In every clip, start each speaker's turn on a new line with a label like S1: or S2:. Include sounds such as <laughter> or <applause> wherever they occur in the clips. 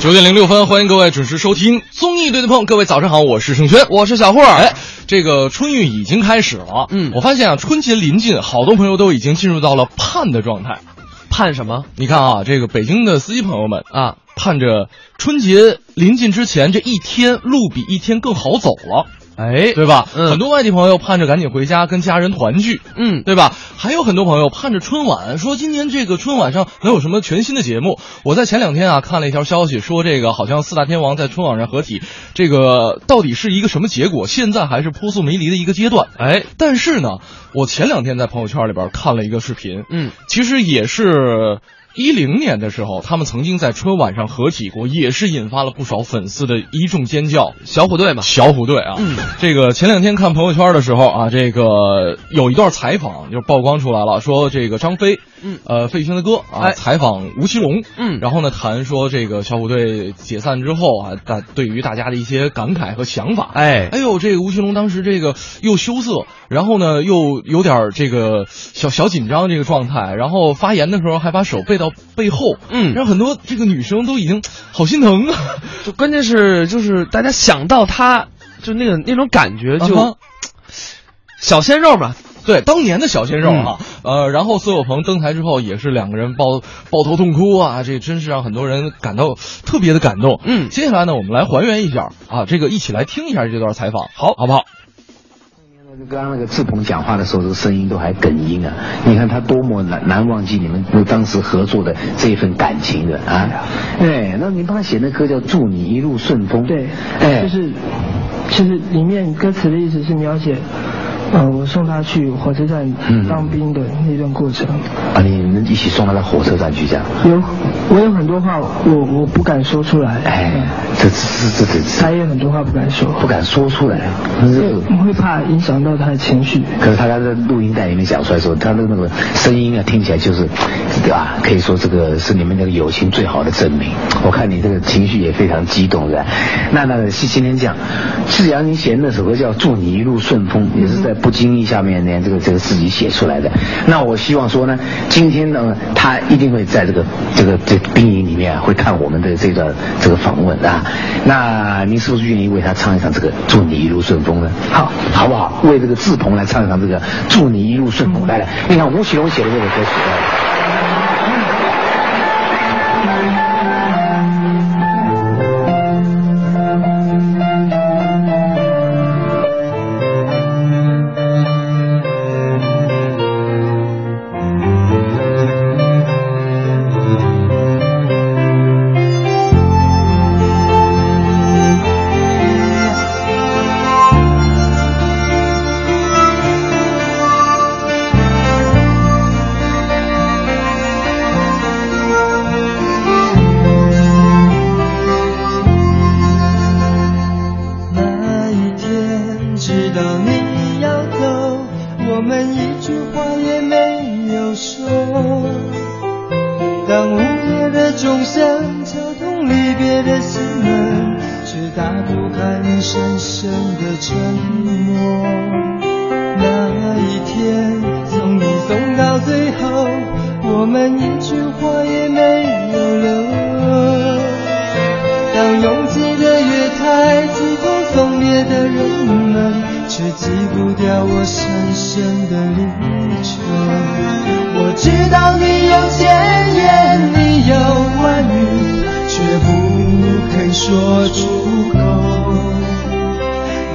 S1: 九点零六分，欢迎各位准时收听综艺对对碰。各位早上好，我是盛轩，
S2: 我是小霍儿。
S1: 哎，这个春运已经开始了，
S2: 嗯
S1: 我发现啊，春节临近，好多朋友都已经进入到了盼的状态。
S2: 盼什么
S1: 你看啊，这个北京的司机朋友们
S2: 啊？
S1: 盼着春节临近之前这一天路比一天更好走了，
S2: 哎，
S1: 对吧？
S2: 嗯
S1: 很多外地朋友盼着赶紧回家跟家人团聚，
S2: 嗯，
S1: 对吧？还有很多朋友盼着春晚，说今年这个春晚上能有什么全新的节目？我在前两天啊看了一条消息，说这个好像四大天王在春晚上合体，这个到底是一个什么结果？现在还是扑朔迷离的一个阶段。
S2: 哎，
S1: 但是呢，我前两天在朋友圈里边看了一个视频，
S2: 嗯，
S1: 其实也是。呃一零年的时候，他们曾经在春晚上合体过，也是引发了不少粉丝的一众尖叫。
S2: 小虎队嘛。
S1: 小虎队啊，
S2: 嗯
S1: 这个前两天看朋友圈的时候啊，这个有一段采访就曝光出来了，说这个张飞，
S2: 嗯
S1: 呃，费玉清的歌啊，
S2: 哎
S1: 采访吴奇隆，
S2: 嗯
S1: 然后呢谈说这个小虎队解散之后啊，大对于大家的一些感慨和想法。
S2: 哎，
S1: 哎呦，这个吴奇隆当时这个又羞涩，然后呢又有点儿这个小小紧张这个状态，然后发言的时候还把手背到背后，
S2: 嗯
S1: 让很多这个女生都已经好心疼啊。
S2: 就关键是就是大家想到他，就那个那种感觉就，
S1: 啊哈
S2: 小鲜肉嘛。
S1: 对，当年的小鲜肉啊，呃，然后苏有朋登台之后，也是两个人抱抱头痛哭啊，这真是让很多人感到特别的感动。
S2: 嗯
S1: 接下来呢，我们来还原一下啊，这个一起来听一下这段采访，好，好不好？
S3: 刚刚那个志鹏讲话的时候，这个声音都还哽咽啊！你看他多么难难忘记你们当时合作的这一份感情的啊！哎，那你帮他写那歌叫《祝你一路顺风》，
S4: 对，
S3: 哎，
S4: 就是就是里面歌词的意思是描写，呃，我送他去火车站
S3: 嗯
S4: 当兵的那段过程。
S3: 啊，你们一起送他到火车站去这样，
S4: 有我有很多话我我不敢说出来，
S3: 哎，这这这这
S4: 他
S3: 这
S4: 也有很多话不敢说，
S3: 不敢说出来，那是
S4: 我会怕影响到他的情绪。
S3: 可是他在录音带里面讲出来的时候，他的那个声音啊，听起来就是，对吧？可以说这个是你们那个友情最好的证明。我看你这个情绪也非常激动的。那那是今天讲，是杨宁贤那首歌叫《祝你一路顺风》，也是在不经意下面呢，这个这个自己写出来的。那我希望说呢，今天呢，他一定会在这个这个这个兵营里面啊会看我们的这段这个访问啊。那您是不是愿意为他唱一唱这个《祝你一路顺风》呢？好，好不好？为这个志鹏来唱一唱这个《祝你一路顺风》。来来，你看吴奇隆写的这首歌曲。啊来
S5: 那一天，知道你要走，我们一句话也没有说。当午夜的钟声敲动离别的心门，却打不开你深深的沉默。那一天，从你送到最后，我们一句话也没有留。当拥挤的月台挤满送别的人们，却挤不掉我深深的离愁。我知道你有鲜艳，你有欢愉，却不肯说出口。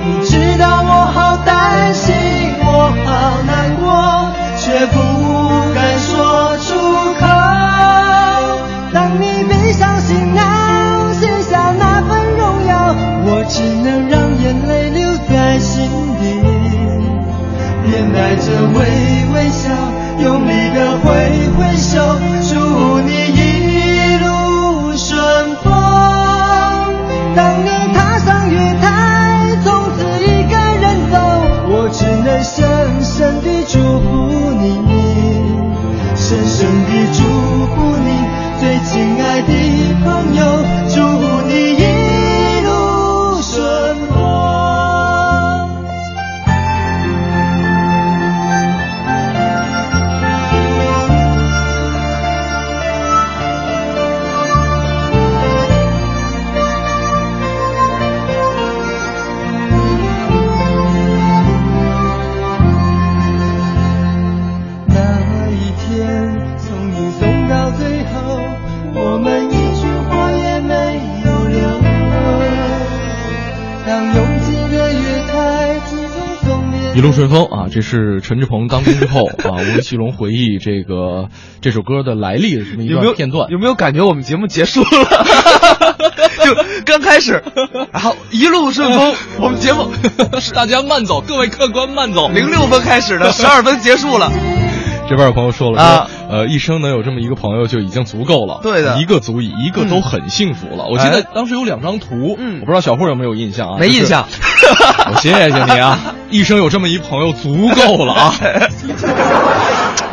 S5: 你知道我好担心，我好难过，却不敢说出口。当你背上行囊，卸下那份荣耀，我只能让眼泪留在心底，面带着微微笑，用力的挥挥手，祝你一路顺风。当你
S1: 一路顺风啊！这是陈志朋当兵之后啊，吴奇隆回忆这个这首歌的来历的这么一
S3: 有没有
S1: 段片段。
S3: 有没有感觉我们节目结束 <laughs> 了？就刚开始，然后一路顺风，我们节
S1: <laughs>
S3: 目
S1: 大家慢走，各位客官慢走。
S3: 零六分开始的，十二分结束了。
S1: 这边有朋友说了
S3: 啊
S1: 说，呃，一生能有这么一个朋友就已经足够了。
S3: 对的哎
S1: 一个足以，一个都很幸福了。我记得当时有两张图，
S3: 嗯
S1: 我不知道小慧有没有印象啊？
S3: 没印象
S1: 就是。 <laughs> 我谢谢你
S3: <laughs>
S1: 啊，一生有这么一朋友足够了啊。
S3: 哎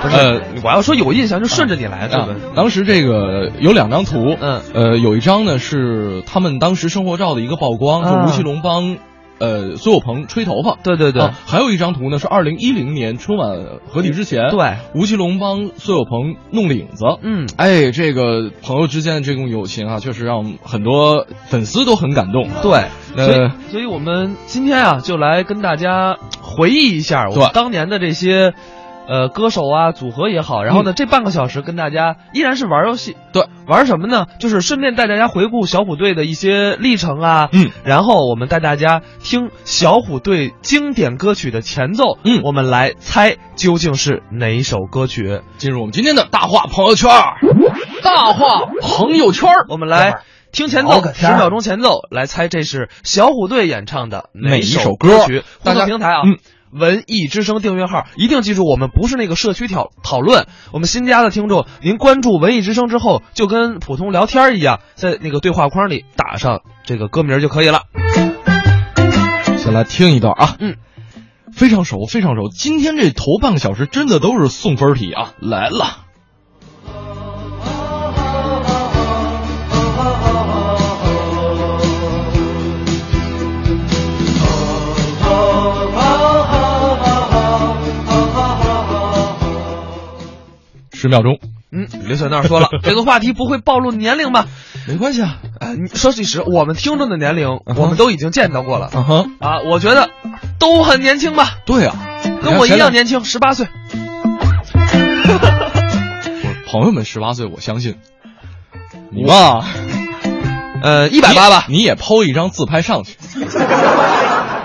S3: 不是，
S1: 呃
S3: 我要说有印象就顺着你来，对不
S1: 啊
S3: 对？，
S1: 当时这个有两张图，
S3: 嗯
S1: 呃，有一张呢是他们当时生活照的一个曝光，
S3: 啊
S1: 就吴奇隆帮呃苏有朋吹头发，
S3: 对对对
S1: 啊还有一张图呢是二零一零年春晚合体之前，
S3: 对，
S1: 吴奇隆帮苏有朋弄领子，
S3: 嗯
S1: 哎，这个朋友之间的这种友情啊，确实让很多粉丝都很感动，
S3: 对，所
S1: 呃
S3: 以所以我们今天啊，就来跟大家回忆一下我们
S1: 对
S3: 当年的这些。呃，歌手啊，组合也好，然后呢，这半个小时跟大家依然是玩游戏，
S1: 嗯对，
S3: 玩什么呢？就是顺便带大家回顾小虎队的一些历程啊，
S1: 嗯，
S3: 然后我们带大家听小虎队经典歌曲的前奏，
S1: 嗯
S3: 我们来猜究竟是哪一首歌曲。
S1: 进入我们今天的大话朋友圈儿，大话朋友圈儿，
S3: 我们来听前
S4: 聊
S3: 奏
S4: 个，
S3: 十
S4: 天儿
S3: 秒钟前奏，来猜这是小虎队演唱的
S1: 哪一
S3: 首
S1: 首歌
S3: 曲？互
S1: 大
S3: 动
S1: 家
S3: 平台啊，
S1: 嗯
S3: 文艺之声订阅号一定记住，我们不是那个社区讨讨论，我们新加的听众，您关注文艺之声之后，就跟普通聊天儿一样，在那个对话框里打上这个歌名儿就可以了。
S1: 先来听一段啊，
S3: 嗯，
S1: 非常熟，非常熟。今天这头半个小时真的都是送分题啊，来了，十秒钟，
S3: 嗯，刘小娜说了， <laughs> 这个话题不会暴露年龄吧？
S1: 没关系啊，
S3: 呃，你说句实，我们听众的年龄，我们都已经见到过了
S1: 啊哈，
S3: 啊，我觉得都很年轻吧。
S1: 对啊，你
S3: 跟
S1: 看
S3: 我一
S1: 前两
S3: 样年轻，十八岁。
S1: 我朋友们十八岁，我相信。你嘛，
S3: 呃，一百八吧？
S1: 你也抛一张自拍上去，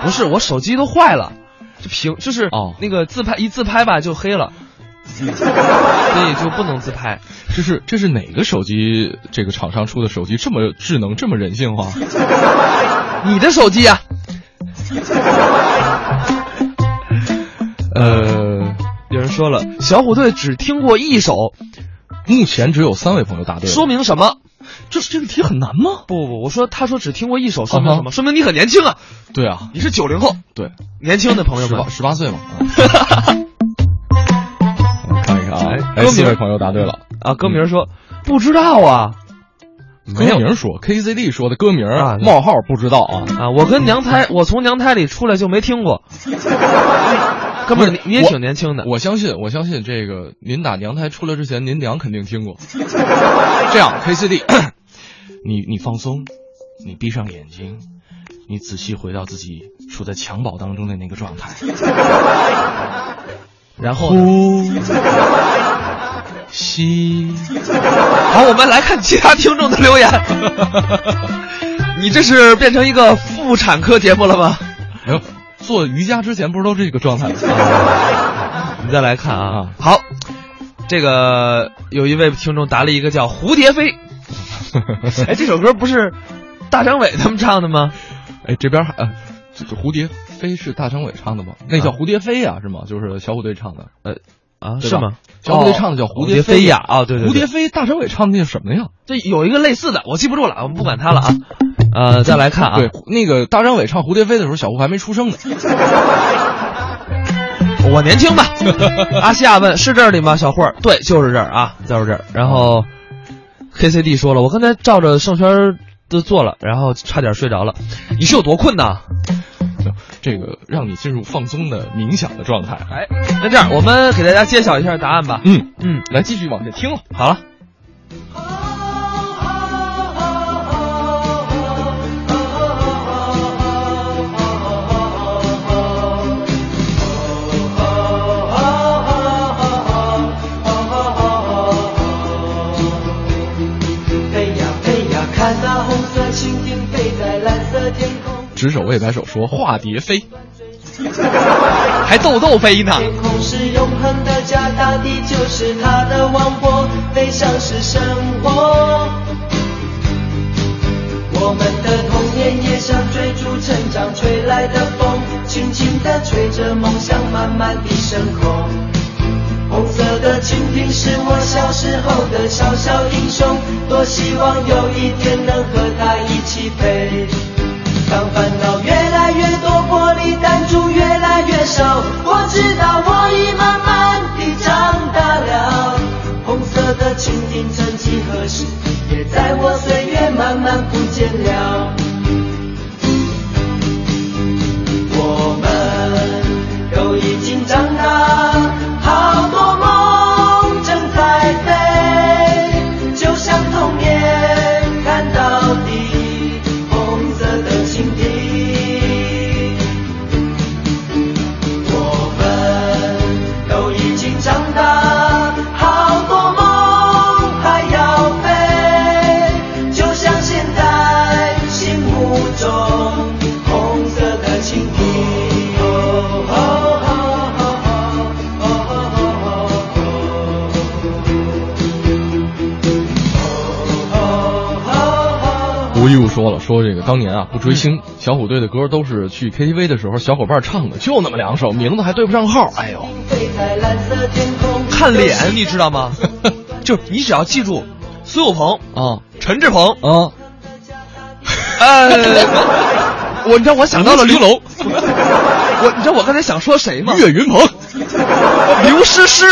S3: 不是，我手机都坏了，就屏就是
S1: 哦
S3: 那个自拍一自拍吧就黑了，嗯所以就不能自拍。
S1: 这是这是哪个手机这个厂商出的手机这么智能这么人性化？
S3: 你的手机啊，
S1: 呃，
S3: 有人说了，小虎队只听过一首，
S1: 目前只有三位朋友答对了。
S3: 说明什么？
S1: 这这个题很难吗？
S3: 不不不，我说他说只听过一首，说明
S1: 啊哈
S3: 什么？说明你很年轻啊，
S1: 对啊，
S3: 你是九零后，
S1: 对，
S3: 年轻的朋友
S1: 十
S3: 们
S1: 八。十八
S3: <laughs>
S1: 岁嘛。啊我看一看啊，
S3: 歌
S1: 哎，
S3: 名
S1: 四位朋友答对了。
S3: 啊，歌名说、不知道啊没有
S1: 歌名说 KCD 说的歌名
S3: 啊
S1: 冒号不知道啊。
S3: 啊，我跟娘胎，我从娘胎里出来就没听 <laughs> 过。哥们儿，你你也
S1: 我
S3: 挺年轻的。
S1: 我相信，我相信这个您打娘胎出来之前，您娘肯定听
S3: <laughs>
S1: 过。这样，KCD，你你放松，你闭上眼睛，你仔细回到自己处在襁褓当中的那个状态。
S3: 然后呢
S1: 呼吸，
S3: 好，我们来看其他听众的留言。 <laughs> 你这是变成一个妇产科节目了吗？
S1: 没有哎做瑜伽之前不是都这个状态吗？
S3: <laughs> 我们再来看啊，好，这个有一位听众答了一个叫《蝴蝶飞》，
S1: <laughs>
S3: 哎，这首歌不是大张伟他们唱的吗？
S1: 哎，这边还呃，这这蝴蝶飞是大张伟唱的吗？那叫蝴蝶飞呀、是吗？就是小虎队唱的，呃，
S3: 啊，
S1: 对
S3: 是
S1: 吧
S3: 吗？
S1: 小虎队唱的叫
S3: 哦
S1: 蝴蝶
S3: 蝶
S1: 飞
S3: 呀》啊，对对，对
S1: 蝴蝶飞，大张伟唱的那是什么呀？
S3: 这有一个类似的，我记不住了，我们不管他了
S1: <laughs>
S3: 啊。呃，再来看啊，
S1: 对，那个大张伟唱《蝴蝶飞》的时候，小胡还没出生呢。
S3: 我年轻 <laughs> 吧。阿西亚问：“是这里吗，小慧儿？”对，就是这儿啊，就是这儿。哦然后 KCD 说了：“我刚才照着盛轩的做了，然后差点睡着了。你是有多困呐？”
S1: 这个让你进入放松的冥想的状态。
S3: 哎，那这样我们给大家揭晓一下答案吧。
S1: 嗯，
S3: 嗯，
S1: 来继续往下听了。
S3: 好了，
S5: 飞哎呀飞呀，看那红色蜻蜓飞在蓝色天空。
S1: 执手未摆手说化蝶飞，
S3: 还豆豆飞呢。
S5: 天空是永恒的家，大地就是他的王国，悲伤是生活。我们的童年也像追逐成长吹来的风，轻轻地吹着梦想，慢慢地升空。红色的蜻蜓是我小时候的小小英雄，多希望有一天能和它一起飞。当烦恼越来越多，玻璃弹珠越来越少，我知道我已慢慢地长大了。红色的蜻蜓，曾几何时，也在我岁月慢慢不见了。我们都已经长大，好多梦正在飞，就像童年看到的红色的蜻蜓。我们都已经长大，好多梦还要飞，就像现在心目中红色的蜻蜓。哦哦哦哦哦哦哦哦哦
S1: 无一物说了，说这个当年啊不追星，小虎队的歌都是去 KTV 的时候小伙伴唱的，就那么两首，名字还对不上号，哎呦，
S5: 飞在蓝色天空。
S3: 看脸，你知道 <laughs> 吗？就是你只要记住苏有朋、
S1: 啊
S3: 陈志朋，
S1: 啊，
S3: <laughs> 呃，我你知道我想到了刘
S1: 吴奇隆
S3: <laughs> 我你知道我刚才想说谁吗？
S1: 岳云鹏，
S3: <laughs> 刘诗 <laughs> 诗，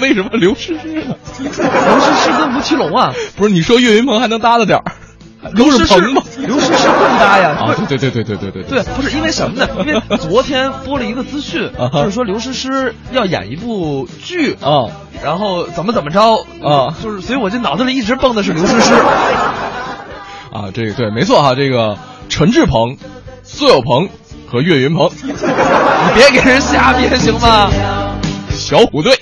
S1: 为什么刘诗诗啊？
S3: 刘诗诗跟吴奇隆啊，
S1: 不是你说岳云鹏还能搭得点儿，都
S3: 刘
S1: 是
S3: 诗诗
S1: 鹏吗？
S3: <laughs> 刘诗诗更搭呀，不
S1: 啊
S3: 是，
S1: 对对对对对对
S3: 对，，不是因为什么呢？因为昨天播了一个资讯
S1: 啊，哈
S3: 就是说刘诗诗要演一部剧，
S1: 啊，
S3: 然后怎么怎么着
S1: 啊
S3: 就是所以我这脑子里一直蹦的是刘诗诗。
S1: 啊，这个对，没错哈，这个陈志朋、苏有朋和岳云鹏，
S3: 你别给人瞎编行吗？
S1: 小虎队。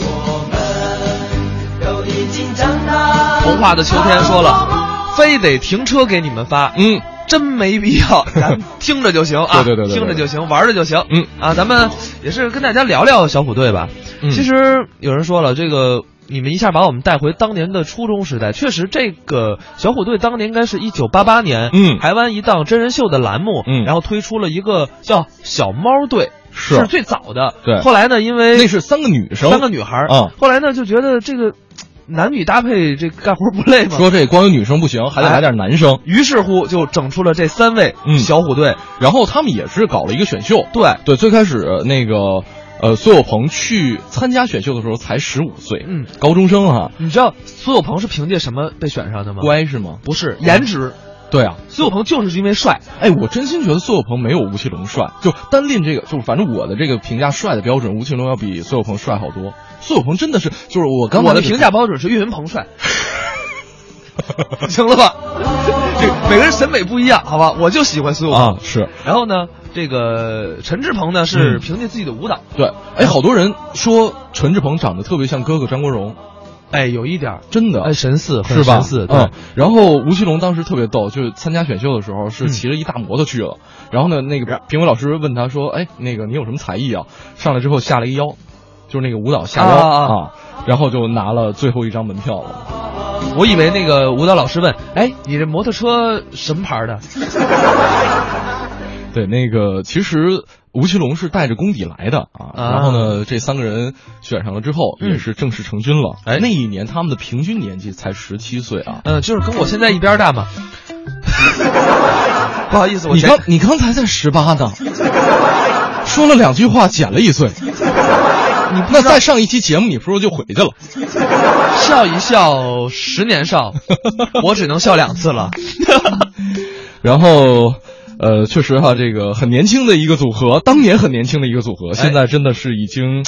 S5: 我们都已经长大。
S3: 童话的秋天说了，非得停车给你们发，
S1: 嗯，
S3: 真没必
S1: <laughs>
S3: 要，咱听着就行啊，
S1: 对对对对对
S3: 听着就行，玩着就行，
S1: 嗯
S3: 啊，咱们也是跟大家聊聊小虎队吧。
S1: 嗯
S3: 其实有人说了，这个你们一下把我们带回当年的初中时代，确实这个小虎队当年应该是一九八八年，
S1: 嗯
S3: 台湾一档真人秀的栏目，
S1: 嗯
S3: 然后推出了一个叫小猫队，
S1: 是
S3: 最早的，
S1: 对
S3: 后来呢，因为
S1: 那是三个女生，
S3: 三个女孩儿
S1: 嗯
S3: 后来呢就觉得这个男女搭配这干活不累嘛，
S1: 说这光有女生不行，还得来点男生。
S3: 于是乎就整出了这三位
S1: 嗯
S3: 小虎队。
S1: 然后他们也是搞了一个选秀，
S3: 对，
S1: 对，最开始那个呃，苏有朋去参加选秀的时候才十五岁，
S3: 嗯，
S1: 高中生哈、
S3: 你知道苏有朋是凭借什么被选上的吗？
S1: 乖是吗？
S3: 嗯
S1: 啊
S3: 不是颜值，
S1: 对啊，
S3: 苏有朋就是因为帅。
S1: 哎，我真心觉得苏有朋没有吴奇隆帅，就单论这个，就反正我的这个评价帅的标准，吴奇隆要比苏有朋帅好多。苏有朋真的是，就是我刚才
S3: 我的
S1: 那个
S3: 评价标准是岳云鹏
S1: <laughs>
S3: 帅，行了吧？这每个人审美不一样，好吧？我就喜欢苏有
S1: 啊
S3: 朋。
S1: 是。
S3: 然后呢，这个陈志朋呢是
S1: 嗯
S3: 凭借自己的舞蹈，
S1: 对，哎，好多人说陈志朋长得特别像哥哥张国荣，
S3: 哎，有一点儿
S1: 真的，
S3: 哎神似，很
S1: 是吧？
S3: 神似，对
S1: 嗯。然后吴奇隆当时特别逗，就是参加选秀的时候
S3: 嗯
S1: 是骑着一大摩托去了。然后呢，那个评委老师问他说：“哎，那个你有什么才艺啊？”上来之后下了一腰，就是那个舞蹈下腰
S3: 啊啊
S1: 然后就拿了最后一张门票了。
S3: 我以为那个舞蹈老师问：“哎，你这摩托车什么牌儿的
S1: 对，那个其实吴奇隆是带着功底来的啊。
S3: 啊
S1: 然后呢，这三个人选上了之后、
S3: 嗯
S1: 也是正式成军了。
S3: 哎
S1: 那一年他们的平均年纪才十七岁啊？”。
S3: 嗯，就是跟我现在一边儿大嘛。不好意思，我
S1: 你
S3: 前
S1: 刚你刚才才十八呢，说了两句话减了一岁。那再上一期节目，你不如就回去了。
S3: 笑一笑，十年少，我只能笑两次了。 <laughs>
S1: 然后，呃，确实哈、这个很年轻的一个组合，当年很年轻的一个组合，现在真的是已经。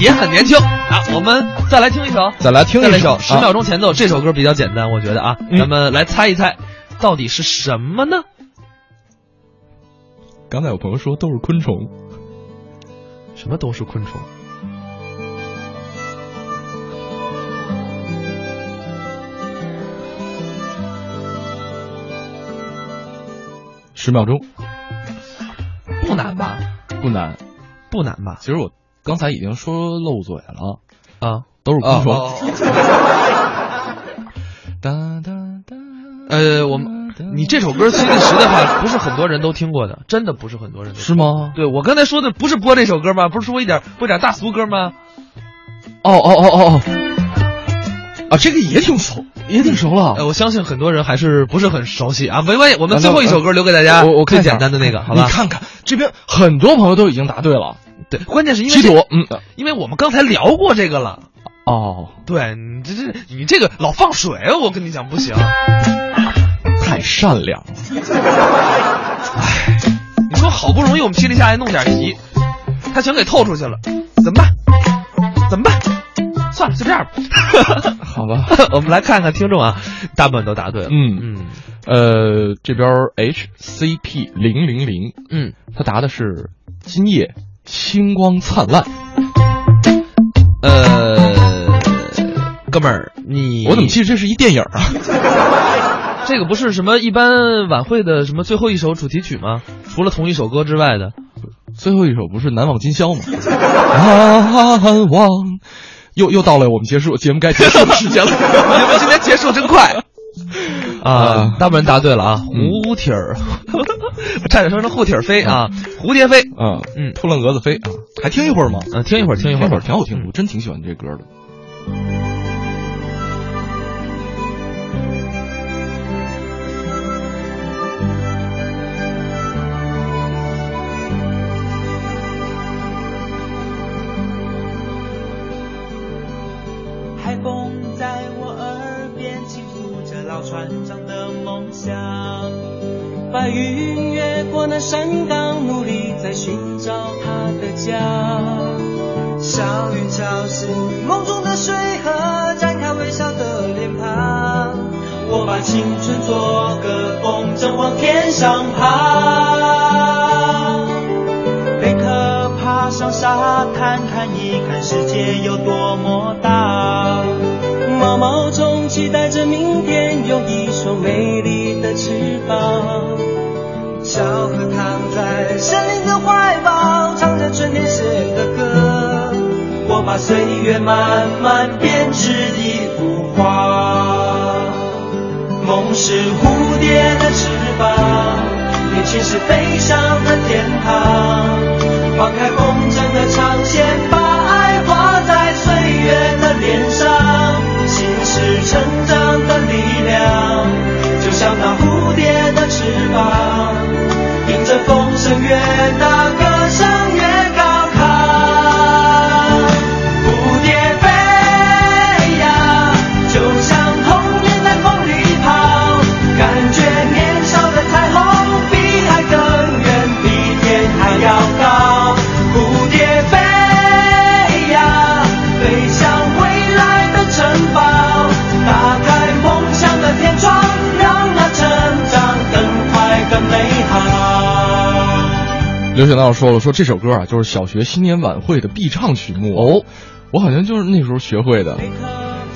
S3: 也很年轻啊。我们再来听一首，
S1: 再来听一首
S3: 再首，十
S1: 啊
S3: 秒钟前奏。这首歌比较简单，我觉得啊，
S1: 嗯
S3: 咱们来猜一猜，到底是什么呢？
S1: 刚才有朋友说都是昆虫，
S3: 什么都是昆虫。
S1: 十秒钟，
S3: 不难吧？
S1: 不难。
S3: 不难吧？
S1: 其实我刚才已经说漏嘴了，
S3: 啊，
S1: 都是空
S3: 哦
S1: 说。哒哒哒。
S3: 呃，我们你这
S1: <laughs>
S3: 首歌其实实在话不是很多人都听过的，真的不是很多人都听
S1: 是吗？
S3: 对我刚才说的不是播这首歌吗？不是说一点播点大俗歌吗？
S1: 哦哦哦哦哦。啊，这个也挺熟，也挺熟了。
S3: 呃，我相信很多人还是不是很熟悉啊。没关系，我们最后一首歌留给大家，
S1: 呃啊我我看
S3: 最
S1: 一下
S3: 简单的那个，好
S1: 你
S3: 吧？
S1: 看看这边很多朋友都已经答对了，
S3: 对，关键是因为
S1: 七
S3: 这
S1: 朵，嗯，
S3: 因为我们刚才聊过这个了。
S1: 哦，
S3: 对你这这你这个老放水，啊我跟你讲不行。
S1: 太善良了。
S3: 你说好不容易我们噼里下来弄点题，他全给透出去了，怎么办？怎么办？算了，就这样吧。 <laughs>
S1: 好吧，
S3: 我们来看看听众啊，大部分都答对了。
S1: 嗯，
S3: 嗯
S1: 呃，这边 H C P 零零零，
S3: 嗯，
S1: 他答的是今夜星光灿烂。
S3: 呃，哥们儿，你
S1: 我怎么记得这是一电影啊？ <laughs>
S3: 这个不是什么一般晚会的什么最后一首主题曲吗？除了同一首歌之外的，
S1: 最后一首不是《难忘今宵》吗？难忘，又又到了我们结束节目该结束的时间
S3: <laughs>
S1: 了。
S3: <laughs> 你们今天结束真 <laughs> 快啊
S1: 啊！
S3: 大部分人答对了啊，蝴蝶儿，我 <laughs> 差点说成蝴蝶飞啊，蝴蝶飞。
S1: 啊，
S3: 嗯
S1: 扑棱蛾子飞啊，还听一会儿吗？
S3: 嗯，听一会儿，听一
S1: 听
S3: 会
S1: 一会
S3: 儿，
S1: 儿挺好听的，我真挺喜欢这歌的。
S5: 海风在我耳边倾诉着老船长的梦想，白云越过那山岗，努力在寻找他的家。小云潮是你梦中的水河，展开微笑的脸庞。我把青春做个风筝，往天上爬。贝壳爬上沙滩，看一看世界有多么大。毛毛虫期待着明天有一双美丽的翅膀。小河躺在森林的怀抱，唱着春天写的歌。我把岁月慢慢编织一幅画。梦是蝴蝶的翅膀，年轻是飞翔的天堂。放开风筝的长线，把爱画在岁月的脸上。心是成长的力量，就像那蝴蝶的翅膀，迎着风声越大，歌声越高亢。蝴蝶飞呀，就像童年在梦里跑，感觉年少的彩虹比海更远，比天还要高。蝴蝶飞呀，飞向未来的城堡，打开梦想的天窗，让它成长更快更美好。
S1: 刘雪娜说了，说这首歌啊，就是小学新年晚会的必唱曲目哦。我好像就是那时候学会的，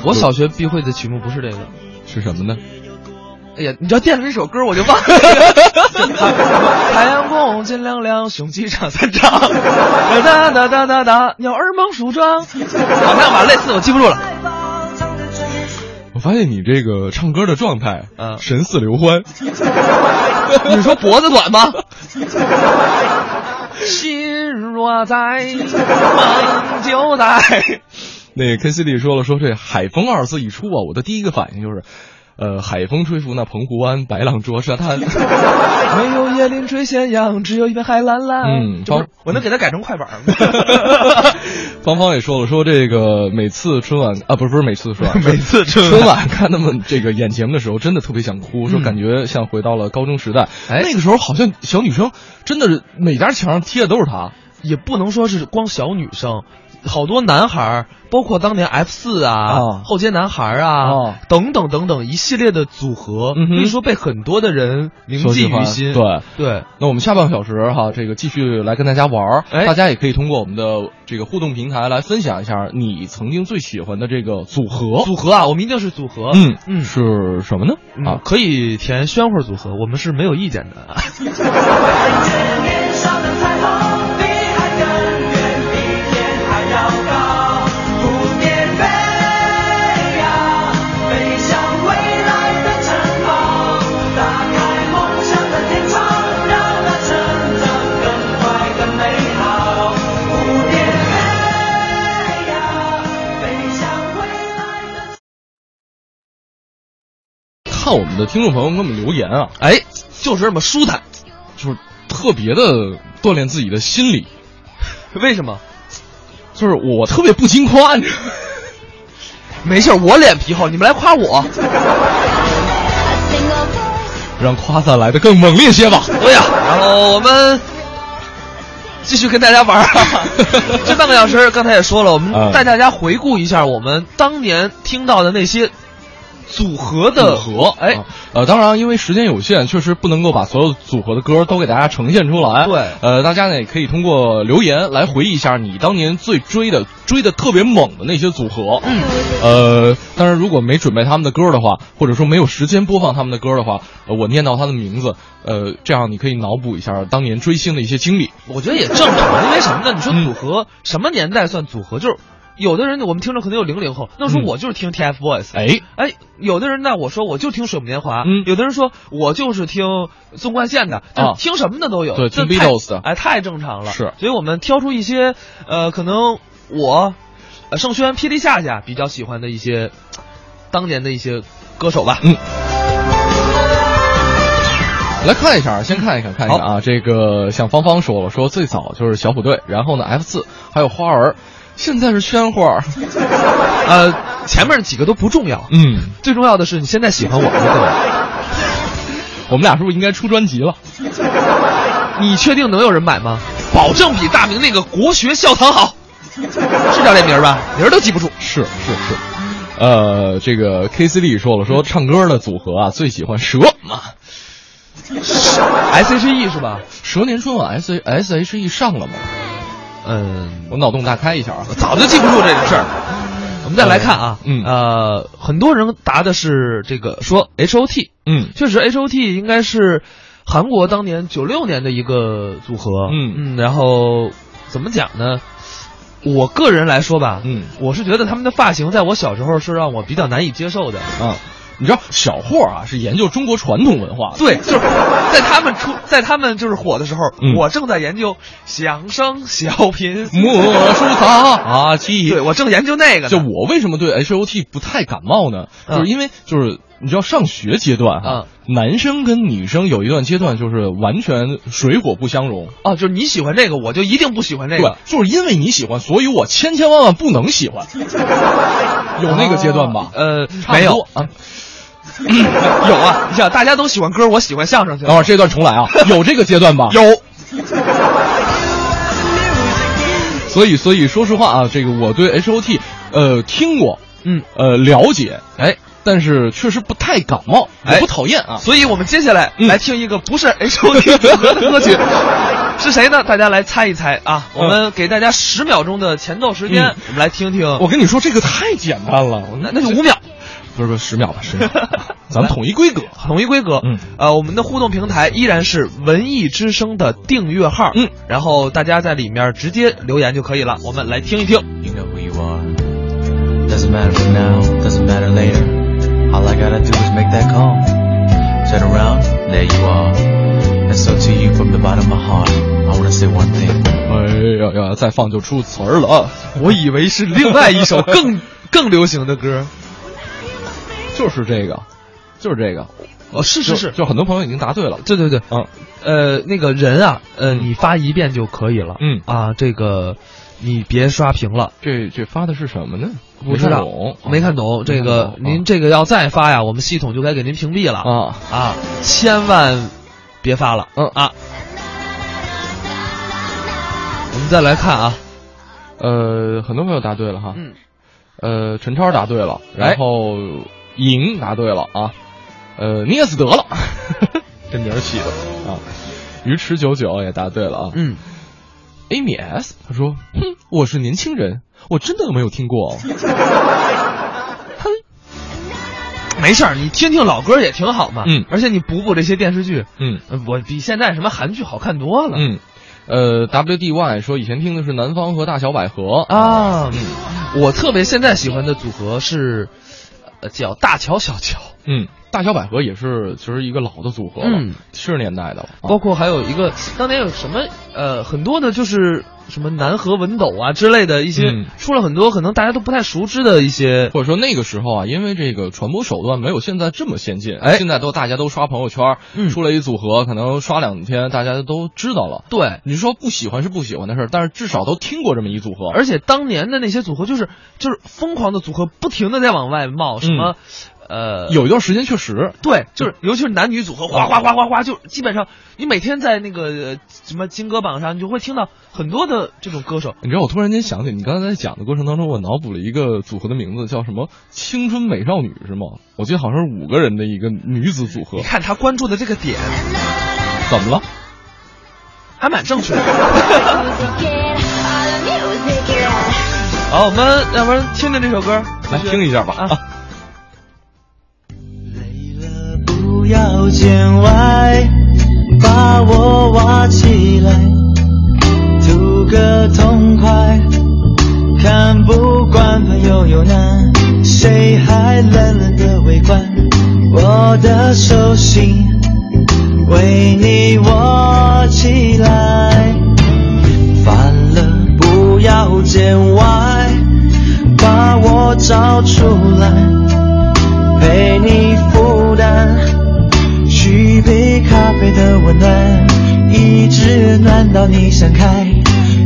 S3: 我小学必会的曲目不是这个。
S1: 是什么呢？
S3: 哎呀，你知道垫了这首歌我就忘 <laughs> 了。太阳公斤两两，雄鸡长三丈，哒哒哒哒哒，鸟儿忙梳妆。好，啊那吧，类似我记不住了。
S1: 我发现你这个唱歌的状态，
S3: 嗯
S1: 神似刘欢。
S3: 你说脖子短吗？ <laughs> 心若在，梦就在。
S1: 那 K C D 说了，说这“海风”二字一出啊，我的第一个反应就是，呃，海风吹拂那澎湖湾，白浪捉沙滩。 <laughs>
S3: 没有椰林吹咸阳，只有一片海蓝蓝。
S1: 嗯
S3: 这不是
S1: 包
S3: 我能给它改成快板吗？
S1: 芳芳也说了，说这个每次春晚啊，不是不是每次春 <laughs> 晚，
S3: <laughs> 每次春
S1: 春
S3: <laughs>
S1: 晚看他们这个演节目的时候，真的特别想哭，说感觉像回到了高中时代。
S3: 哎
S1: 那个时候好像小女生真的是每家墙上贴的都是她。
S3: 也不能说是光小女生，好多男孩儿，包括当年 F 四啊、
S1: 啊
S3: 后街男孩儿啊、
S1: 哦
S3: 等等等等一系列的组合，
S1: 嗯哼
S3: 可以说被很多的人铭
S1: 说
S3: 记
S1: 喜欢
S3: 于心。
S1: 对
S3: 对，
S1: 那我们下半个小时哈，这个继续来跟大家玩儿，
S3: 哎
S1: 大家也可以通过我们的这个互动平台来分享一下你曾经最喜欢的这个组合。
S3: 组合啊，我们一定是组合。
S1: 嗯
S3: 嗯
S1: 是什么呢？
S3: 嗯
S1: 啊，
S3: 可以填宣会组合，我们是没有意见的。
S5: 感觉年少
S6: 的彩虹比海更远，比天还要高。不眠飞呀，飞向未来的城堡。打开梦想的天窗，让它成长更快更美好。不眠飞呀，飞向未来的。
S1: 看我们的听众朋友给我们留言啊，
S3: 哎，就是这么舒坦，
S1: 就是特别的锻炼自己的心理，
S3: <laughs> 为什么？
S1: 就是我特别不经夸，你知道吗
S3: 没事儿，我脸皮厚，你们来夸我。
S1: 让夸赞来的更猛烈些吧。
S3: 对呀、然后我们继续跟大家玩儿
S1: <laughs>
S3: 啊。这半个小时，刚才也说了，我们
S1: 嗯
S3: 带大家回顾一下我们当年听到的那些组合的
S1: 组合，
S3: 哎
S1: 啊，呃，当然，因为时间有限，确实不能够把所有组合的歌都给大家呈现出来。
S3: 对
S1: 呃，大家呢也可以通过留言来回忆一下你当年最追的、追的特别猛的那些组合。嗯，呃，当然，如果没准备他们的歌的话，或者说没有时间播放他们的歌的话，呃我念到他的名字，呃，这样你可以脑补一下当年追星的一些经历。
S3: 我觉得也正常，因为什么呢？你
S1: 嗯
S3: 说组合、什么年代算组合？就是有的人我们听着可能有零零后，那我说
S1: 嗯
S3: 我就是听 TFBOYS，、
S1: 哎，
S3: 哎，有的人呢，我说我就听水木年华，
S1: 嗯
S3: 有的人说我就是听纵贯线的，就
S1: 啊
S3: 听什么的都有，
S1: 对
S3: 这
S1: 听
S3: 太
S1: Beatles 的
S3: 哎，太正常了。
S1: 是
S3: 所以我们挑出一些，呃，可能我，呃，盛轩、霹雳夏夏比较喜欢的一些，当年的一些歌手吧。
S1: 嗯来看一下啊，先看一看，看一看啊。这个像芳芳说了，说最早就是小虎队，然后呢 F 四，还有花儿，现在是圈花儿。
S3: 呃，前面几个都不重要，
S1: 嗯，
S3: 最重要的是你现在喜欢我们就对了。
S1: 我们俩是不是应该出专辑了？
S3: 你确定能有人买吗？保证比大明那个国学校
S1: <laughs>
S3: 堂好，是叫这名儿吧？名儿都记不住。
S1: 是是是。呃，这个 K C D 说了，说唱歌的组合啊，最喜欢蛇嘛。
S3: S H E 是吧？
S1: 蛇年春晚 S S H E 上了吗？
S3: 嗯，
S1: 我脑洞大开一下啊。
S3: 早就记不住这种事儿。我们再来看啊，
S1: 嗯
S3: 呃，很多人答的是这个说 H O T，
S1: 嗯
S3: 确实 H O T 应该是韩国当年九六年的一个组合，
S1: 嗯
S3: 嗯，然后怎么讲呢？我个人来说吧，
S1: 嗯
S3: 我是觉得他们的发型在我小时候是让我比较难以接受的，
S1: 啊，你知道小霍啊是研究中国传统文化的。
S3: <laughs> 对，就是在他们出，在他们就是火的时候，
S1: 嗯
S3: 我正在研究相声、小品，
S1: 莫说杂啊，记忆
S3: 对我正研究那个呢，
S1: 就我为什么对 H O T 不太感冒呢？
S3: 嗯
S1: 就是因为就是你知道上学阶段哈、男生跟女生有一段阶段就是完全水火不相容。
S3: 哦，就是你喜欢这个，我就一定不喜欢这个。
S1: 对，就是因为你喜欢，所以我千千万万不能喜
S3: <laughs>
S1: 欢，有那个阶段吧？
S3: 呃，
S1: 差不多
S3: 没有
S1: 啊。
S3: <coughs> 有啊，你想大家都喜欢歌，我喜欢相声去
S1: 等
S3: 了。
S1: 会儿这段重
S3: <laughs>
S1: 来啊，有这个阶段吧？
S3: 有。
S1: 所以，所以说实话啊，这个我对 H O T，呃，听过，
S3: 嗯，
S1: 呃，了解，
S3: 哎，
S1: 但是确实不太感冒，
S3: 哎
S1: 我不讨厌啊。
S3: 所以我们接下来
S1: 嗯
S3: 来听一个不是 H O T 组合的歌 <laughs> 曲，是谁呢？大家来猜一猜啊！我们给大家十秒钟的前奏时间，
S1: 嗯
S3: 我们来听听。
S1: 我跟你说，这个太简单了，
S3: 那那就五秒，
S1: 不是不是十秒吧，十秒，
S3: <laughs>
S1: 咱们统一规格。
S3: 统一规格。
S1: 嗯，
S3: 呃，我们的互动平台依然是文艺之声的订阅号。
S1: 嗯，
S3: 然后大家在里面直接留言就可以了。我们来听一听。
S7: You know who you are. Doesn't matter for now, doesn't matter later. All I gotta do is make that call. Turn around, there you are. And so to you from the bottom of my heart, I wanna say one thing.
S1: 哎呀呀，再放就出词儿了啊！
S3: 我以为是另外一首更 <laughs> 更流行的歌。
S1: 就是这个，就是这个，
S3: 哦，是
S1: 就，就很多朋友已经答对了。
S3: 对对对，
S1: 嗯，
S3: 呃，那个人啊，呃，你发一遍就可以了。
S1: 嗯
S3: 啊，这个你别刷屏了。
S1: 这这发的是什么呢？
S3: 不知道，没看
S1: 懂哦
S3: 懂这
S1: 没看
S3: 个
S1: 懂，
S3: 您这个要再发呀，我们系统就该给您屏蔽了
S1: 啊。
S3: 啊！千万别发了，
S1: 嗯
S3: 啊。我们再来看啊，
S1: 呃，很多朋友答对了哈。
S3: 嗯。
S1: 呃，陈超答对了，
S3: 哎
S1: 然后莹答对了啊。呃，捏死得了， <laughs> 这名儿起的啊。鱼池九九也答对了啊。
S3: 嗯，
S1: Amy S，他说：“哼，我是年轻人，我真的没有听
S3: 啊
S1: 过、哦。
S3: 没事儿，你听听老歌也挺好嘛。
S1: 嗯
S3: 而且你补补这些电视剧，
S1: 嗯
S3: 呃我比现在什么韩剧好看多了。
S1: 嗯，呃，WDY 说以前听的是南方和大小百合，
S3: 啊，我特别现在喜欢的组合是，呃，叫大乔小乔，
S1: 嗯，大小百合也是其实一个老的组合了，
S3: 嗯
S1: 七十年代的了。啊
S3: 包括还有一个当年有什么呃很多的就是什么南河文斗啊之类的一些、
S1: 嗯
S3: 出了很多可能大家都不太熟知的一些，
S1: 或者说那个时候啊，因为这个传播手段没有现在这么先进，
S3: 哎
S1: 现在都大家都刷朋友圈，
S3: 嗯
S1: 出来一组合，可能刷两天，大家都知道了。
S3: 对，
S1: 你说不喜欢是不喜欢的事儿，但是至少都听过这么一组合。
S3: 而且当年的那些组合就是就是疯狂的组合，不停的在往外冒，什么、呃
S1: 嗯有一嗯段时间确实，
S3: 对，就是尤其是男女组合，哗哗哗哗哗，就基本上你每天在那个呃什么金歌榜上，你就会听到很多的这种歌手。
S1: 你知道我突然间想起，你刚才在讲的过程当中，我脑补了一个组合的名字叫什么“青春美少女”是吗？我记得好像是五个人的一个女子组合
S3: 你，看他关注的这个点
S1: 怎么了？
S3: 还蛮正确的。 <laughs> 好，我们要不然听听这首歌，
S1: 来听一下吧。
S3: 啊
S5: 累了不要见外，把我挖起来，图个痛快。看不惯朋友有难，谁还冷冷的围观？我的手心为你握起来，烦了不要见外，把我找出来。陪你负担，续杯咖啡的温暖，一直暖到你想开。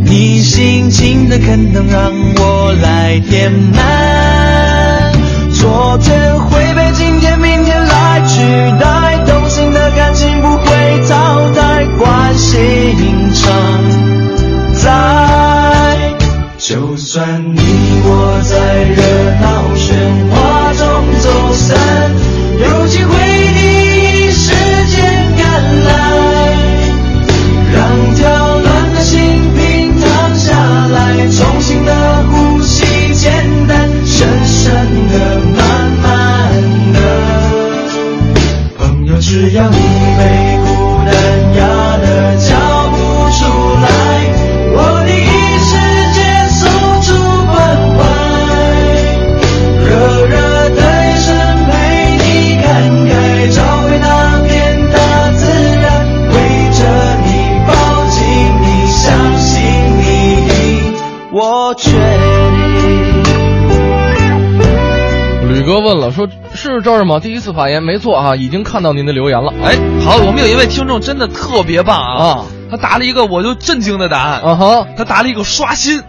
S5: 你辛勤的啃能让我来填满。昨天会被今天、明天来取代，动心的感情不会淘汰，关系隐藏在。就算你我在热闹喧哗中走散，有机会第一时间赶来，让跳乱的心平躺下来，重新的呼吸，简单，深深的，慢慢的。朋友，只要你被孤单压得叫不出来，我第一时间送出关怀，热热的眼神陪你感慨，找回那片大自然，围着你抱紧你，相信你，我确定。
S1: 吕哥问了，说是这儿吗？第一次发言，没错啊，已经看到您的留言了。
S3: 哎，好，我们有一位听众真的特别棒啊，
S1: 啊
S3: 他答了一个我就震惊的答案，
S1: 啊哈，
S3: 他答了一个刷新，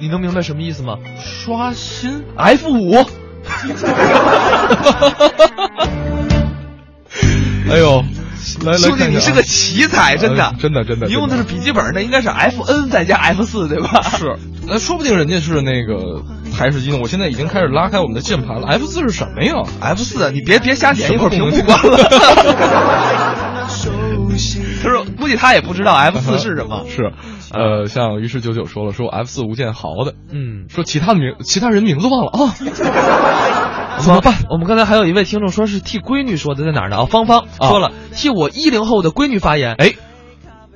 S3: 你能明白什么意思吗
S1: 刷新
S3: ？F 五，
S1: 哎呦，来来
S3: 兄
S1: 看
S3: 弟，
S1: 一下
S3: 你
S1: 啊
S3: 是个奇才，真的
S1: 呃，真的真的
S3: 你用的是
S1: 真
S3: 笔记本，那应该是 F N 再加 F 四，对吧？ <laughs>
S1: 是，啊那说不定人家是那个台式机呢。我现在已经开始拉开我们的键盘了。F 四是什么呀？
S3: F 四，啊你别别瞎点，
S1: 什
S3: 一
S1: 么
S3: 会儿屏幕
S1: 东西
S3: 关
S1: <laughs>
S3: 了。 <laughs> 他说，估计他也不知道 F
S1: 啊
S3: 四是什么。啊
S1: 是，呃，像于是九九说了，说 F 四吴建豪的，
S3: 嗯，
S1: 说其他名其他人名字忘了啊。 <laughs>
S3: 怎么办？我们刚才还有一位听众说是替闺女说的，在哪儿呢？啊，芳芳说了，替我一零后的闺女发言。
S1: 哎，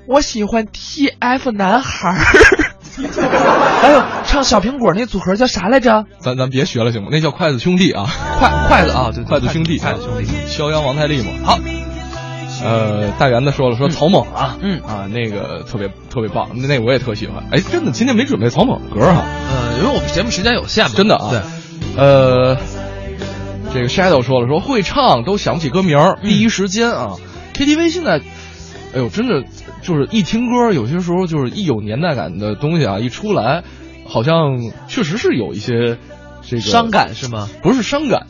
S3: 我喜欢 TF 男孩 <laughs> 儿。还有哎唱小苹果那组合叫啥来着？
S1: 咱咱别学了行吗？那叫筷子兄弟啊，
S3: 筷筷子啊，对，对
S1: 筷子兄弟，
S3: 筷子兄弟。
S1: 肖央、王太利嘛。好，呃，大元子说了，说草蜢啊，
S3: 嗯
S1: 啊，那个特别特别棒，那那我也特喜欢。哎，真的，今天没准备草蜢歌哈、
S3: 呃，因为我们节目时间有限嘛，
S1: 真的啊。
S3: 对，
S1: 呃，这个 Shadow 说了，说会唱都想不起歌名儿，
S3: 嗯
S1: 第一时间啊，KTV 现在，哎呦，真的就是一听歌，有些时候就是一有年代感的东西啊，一出来，好像确实是有一些这个
S3: 伤，感是吗？
S1: 不是伤感，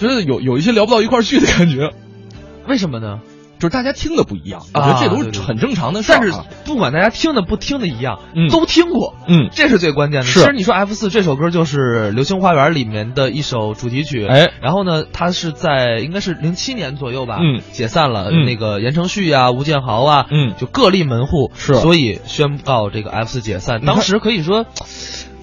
S1: 觉得有有一些聊不到一块儿去的感觉。
S3: 为什么呢？
S1: 就是大家听的不一样，我觉得这
S3: 啊对
S1: 都
S3: 对
S1: 是
S3: 对
S1: 很正常的事儿、
S3: 但
S1: 啊。
S3: 是不管大家听的不听的一样，
S1: 嗯
S3: 都听过，
S1: 嗯
S3: 这是最关键的。
S1: 是
S3: 其实你说 F 四这首歌就是《流星花园》里面的一首主题曲，
S1: 哎
S3: 然后呢，它是在应该是零七年左右吧，
S1: 嗯
S3: 解散了，
S1: 嗯
S3: 那个言承旭啊、吴建豪啊，
S1: 嗯
S3: 就各立门户，
S1: 是
S3: 所以宣告这个 F 四解散。
S1: 你看
S3: 当时可以说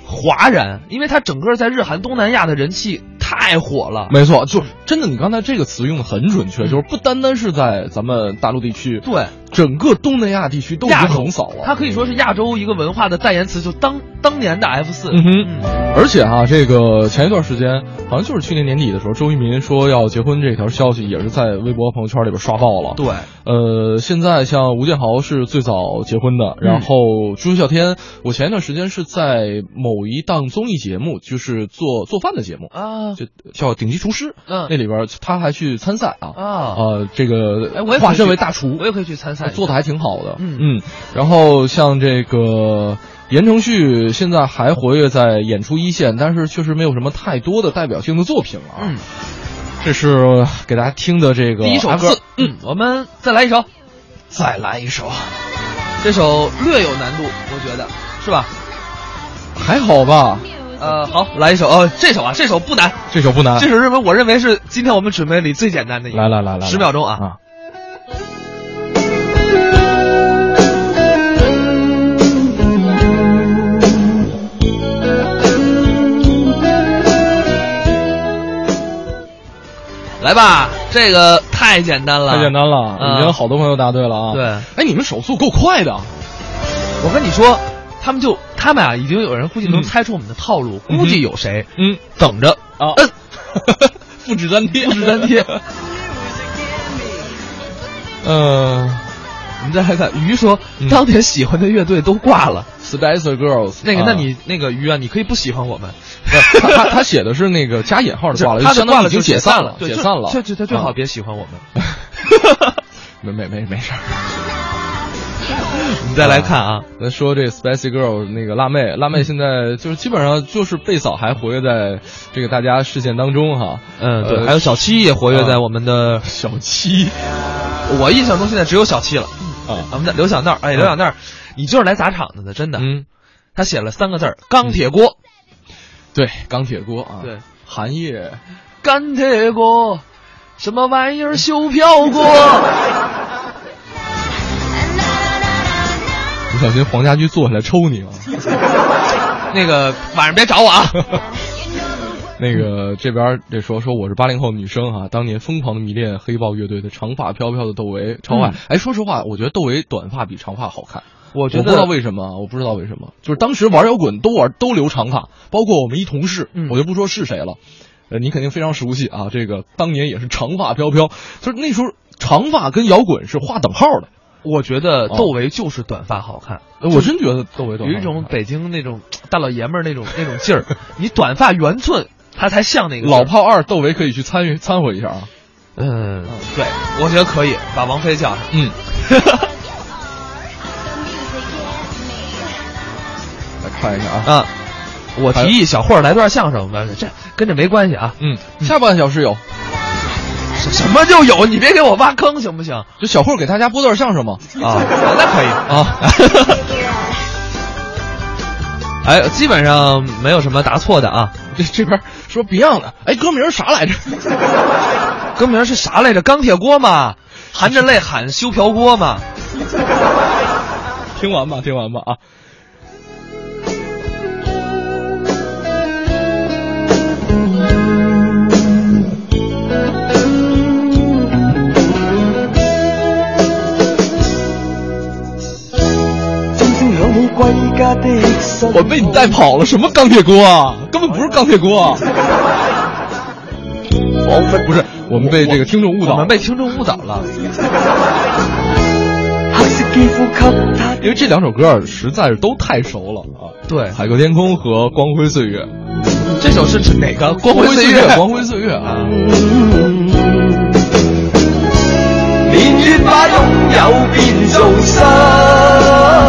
S3: 哗然，因为它整个在日韩东南亚的人气太火了，嗯
S1: 没错，就是真的，你刚才这个词用的很准确，就是不单单是在咱们大陆地区，
S3: 对，
S1: 整个东南亚地区都已
S3: 亚
S1: 经
S3: 洲
S1: 横扫了。
S3: 它可以说是亚洲一个文化的代言词，就当当年的 F 四、
S1: 嗯哼，而且哈、这个前一段时间，好像就是去年年底的时候，周渝民说要结婚这条消息也是在微博朋友圈里边刷爆了。
S3: 对，
S1: 呃，现在像吴建豪是最早结婚的，然
S3: 嗯
S1: 后朱孝天，我前一段时间是在某一档综艺节目，就是做做饭的节目，
S3: 啊，
S1: 就叫《顶级厨师》，
S3: 嗯
S1: 那里边他还去参赛啊，
S3: 啊
S1: 呃，这
S3: 哎，
S1: 个
S3: 我也
S1: 化身为
S3: 大厨，我也可以去参赛一下，
S1: 做的还挺好的，
S3: 嗯
S1: 然后像这个言承旭现在还活跃在演出一线，但是确实没有什么太多的代表性的作品了啊。
S3: 嗯，
S1: 这是给大家听的这个
S3: 第一首
S1: F4
S3: 歌，嗯，我们再来一首，再来一首，这首略有难度，我觉得是吧？
S1: 还好吧？
S3: 呃，好，来一首，呃，这首啊，这首不难，
S1: 这首不难，
S3: 这首认为我认为是今天我们准备里最简单的一个，
S1: 来来来来，
S3: 十秒钟啊，
S1: 啊！
S3: 来吧，这个太简单了，
S1: 太简单了，
S3: 嗯
S1: 已经好多朋友答对了啊。
S3: 对
S1: 哎，你们手速够快
S3: <laughs>
S1: 的，
S3: 嗯我跟你说，他们就他们啊，已经有人估计能
S1: 嗯
S3: 猜出我们的套路，
S1: 嗯哼
S3: 估计有谁
S1: 嗯
S3: 等着
S1: 啊
S3: 嗯，
S1: <laughs> 复制粘贴，
S3: 复制粘 <laughs> 贴。
S1: 嗯
S3: 我们再来看鱼说
S1: 嗯，
S3: 当年喜欢的乐队都挂了。
S1: ，Spicer Girls
S3: 那个，
S1: 啊
S3: 那你那个鱼啊，你可以不喜欢我们，
S1: 不他他他写的是那个加引号的挂了，
S3: <laughs>
S1: 就
S3: 他的
S1: 相当
S3: 挂
S1: 于
S3: 了
S1: 已经
S3: 就
S1: 解
S3: 散
S1: 了，
S3: 对
S1: 解
S3: 就
S1: 散了。
S3: 就就他最好
S1: 啊
S3: 别喜欢我们。
S1: <laughs> 没没没没事儿。
S3: 我们再来看啊，
S1: 咱说这 Spicy Girl 那个辣妹，辣妹现在就是基本上就是贝嫂还活跃在这个大家视线当中哈。
S3: 嗯，对，
S1: 呃啊
S3: 还有小七也活跃在我们的，
S1: 小七
S3: 我印象中现在只有小七了。
S1: 啊，
S3: 我们的刘小闹，哎，刘小闹，你就是来砸场子的，真的。
S1: 嗯，
S3: 他写了三个字儿：钢铁锅，
S1: 对，钢铁锅啊，
S3: 对，
S1: 韩叶
S3: 钢铁锅，什么玩意儿？修票锅。
S1: 不小心黄家驹坐下来抽你啊！
S3: <laughs> 那个晚上别找
S1: <laughs>
S3: 我啊。
S1: 那个这边这说说我是八零后女生
S3: <laughs>
S1: 哈、当年疯狂的迷恋黑豹乐队的长发飘飘的窦唯，超爱。哎，说实话，我觉得窦唯短发比长发好看。
S3: 嗯我
S1: 我
S3: 觉
S1: 不
S3: 得
S1: 知道为什么，我不知道为什么，就是当时玩摇滚都玩都留长发，包括我们一同事，
S3: 嗯
S1: 我就不说是谁了，呃，你肯定非常熟悉啊，这个当年也是长发飘飘，就是那时候长发跟摇滚是划等号的，
S3: 我觉得哦窦唯就是短发好看，
S1: 呃哦我真觉得窦唯短发
S3: 有一种北京那种大老爷们儿那种那种劲
S1: <laughs>
S3: 儿。你短发圆寸，他才像那个
S1: 老。炮二窦唯可以去参与掺和一下啊，
S3: 嗯，对，我觉得可以把王菲叫上。
S1: 嗯，来看一下啊，
S3: <laughs> 啊，我提议小霍儿来段相声吧，这跟这没关系啊。
S1: 嗯，下半小时有，
S3: 什什么就有，你别给我挖坑行不
S1: <laughs>
S3: 行？
S1: 就小慧给大家播段相声嘛，
S3: 啊，那
S1: <laughs>
S3: 可以
S1: 啊。
S3: <laughs> 哎，基本上没有什么答错的啊。
S1: 这这边说 Beyond 的，哎，歌名啥来着？
S3: 歌名是啥来着？钢铁锅嘛，含着泪喊修瓢锅嘛。
S1: 听完吧，听完吧啊。
S5: 真正響起歸家的身
S1: 我被你带跑了，什么钢铁锅啊？根本不是钢铁锅、啊。哦
S5: 彷彿
S1: 不是，我们被这个听众误
S3: 我
S1: 导
S3: 们
S1: 了，
S3: 被听众误导了。
S5: 黑色肌膚給他
S1: 因为这两首歌实在是都太熟了啊。
S3: 对
S1: 海阔天空》和《光辉岁月》。
S3: 这首是指哪个？光辉岁月。
S1: 光辉岁月啊！
S5: 年月把拥有變做失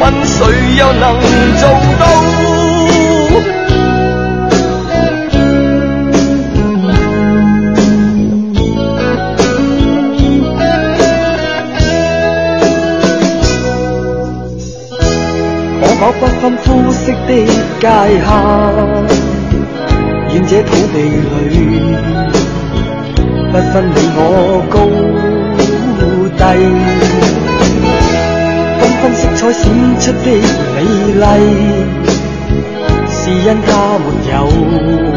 S5: 問誰又能做到？
S4: 某不分膚色的界限，現這土地裏，不分你我高低，缤紛色彩閃出的美麗，是因它沒有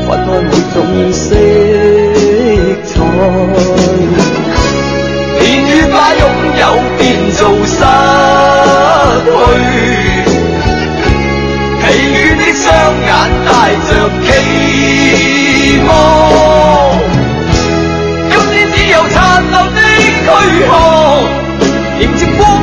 S4: 覆蓋每種色彩。
S5: 便與把擁有變做失去。疲軟的雙眼帶着期望，今天只有殘留的軀殼，迎接光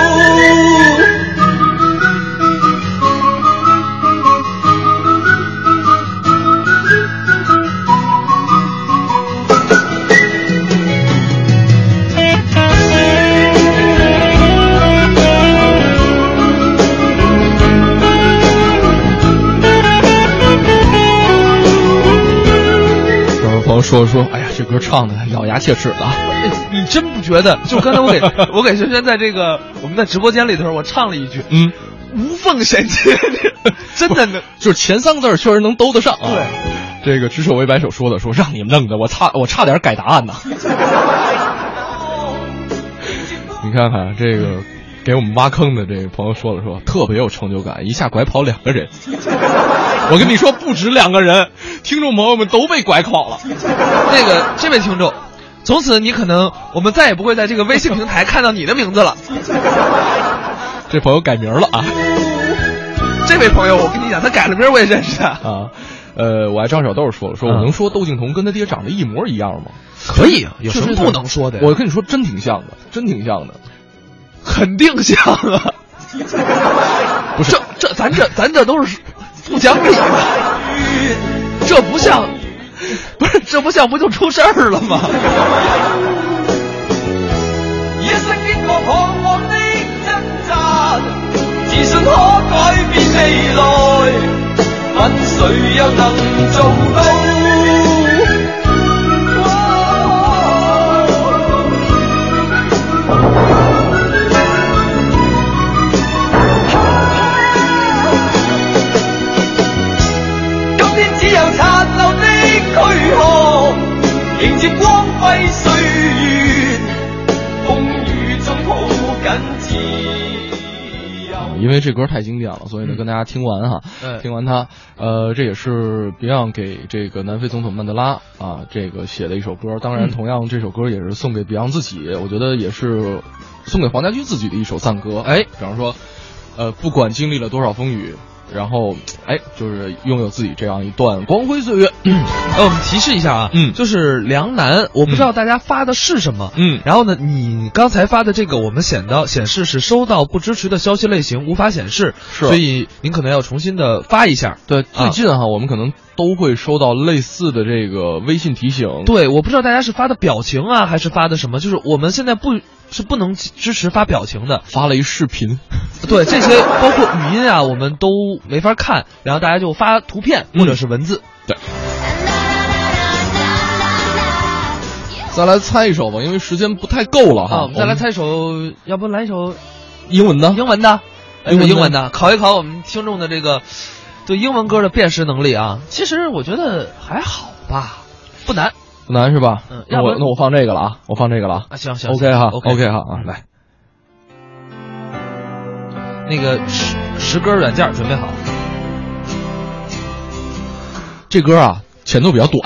S1: 有朋友说说，哎呀，这歌唱的咬牙切齿的啊。
S3: 你真不觉得？就刚才
S5: <laughs>
S3: 我给我给轩轩在这个我们在直播间里头，我唱了一句，
S1: 嗯，
S3: 无缝衔
S1: <laughs>
S3: 接，真的能。
S1: 就是前三个字儿确实能兜得上啊。对，这个执手为白手说的，说让你们弄的，我差我差点改答案呢。 <laughs> 你看看这个给我们挖坑的这个朋友说了说，特别有成就感，一下拐跑两个人。 <laughs> 我跟你说，不止两个人，听众朋友们都被拐跑了。
S3: 那个这位听众，从此你可能我们再也不会在这个微信平台看到你的名字了。
S1: 这朋友改名了啊。
S3: 这位朋友，我跟你讲，他改了名儿我也认识他。
S1: 啊，呃，我爱张小豆说了，说
S3: 嗯
S1: 我能说窦靖童跟他爹长得一模一样吗？
S3: 可以啊，有
S1: 就
S3: 什么
S1: 是
S3: 不能说的呀？
S1: 我跟你说，真挺像的，真挺像的。
S3: 肯定像啊。 <laughs> 不是，这这咱这咱这都是不讲理的，这不像，不是这不像不就出事儿了吗？
S5: 一生经过彷徨的挣扎，自信可改變未來，問誰又能做到？今天只有殘留的軀殼，迎接光輝歲月。风雨中抱紧自由。
S1: 因为这歌太经典了，所以呢，跟大家听完哈，
S3: 嗯
S1: 听完它，呃，这也是 Beyond 给这个南非总统曼德拉啊这个写的一首歌。当然，
S3: 嗯
S1: 同样这首歌也是送给 Beyond 自己，我觉得也是送给黄家驹自己的一首赞歌。哎，比方说，呃，不管经历了多少风雨。然后，哎，就是拥有自己这样一段光辉岁月。
S3: <clears throat> 呃，我们提示一下啊，
S1: 嗯
S3: 就是梁楠，我不知道大家发的是什么，
S1: 嗯
S3: 然后呢，你刚才发的这个我们显到显示是收到不支持的消息类型，无法显示，
S1: 是
S3: 所以您可能要重新的发一下。
S1: 对，最
S3: 啊
S1: 近哈，我们可能都会收到类似的这个微信提醒。
S3: 对，我不知道大家是发的表情啊，还是发的什么，就是我们现在不是不能支持发表情的，
S1: 发了一视频，
S3: 对，这些包括语音啊，我们都没法看，然后大家就发图片
S1: 嗯
S3: 或者是文字。
S1: 再来猜一首吧，因为时间不太够了哈。
S3: 啊，我们再来猜一首，要不来一首
S1: 哦英文的，
S3: 英文的，来一首
S1: 英文的
S3: 英文的，考一考我们听众的这个对英文歌的辨识能力啊。其实我觉得还好吧，不难
S1: 不难是吧？
S3: 嗯
S1: 那
S3: 要不
S1: 我
S3: 然
S1: 那我放这个了啊，我放这个了啊。
S3: 啊。行行
S1: OK 哈
S3: o k
S1: 哈啊，来，
S3: 那个识识歌软件准备好。
S1: 这歌啊前奏比较
S3: <laughs>
S1: 短，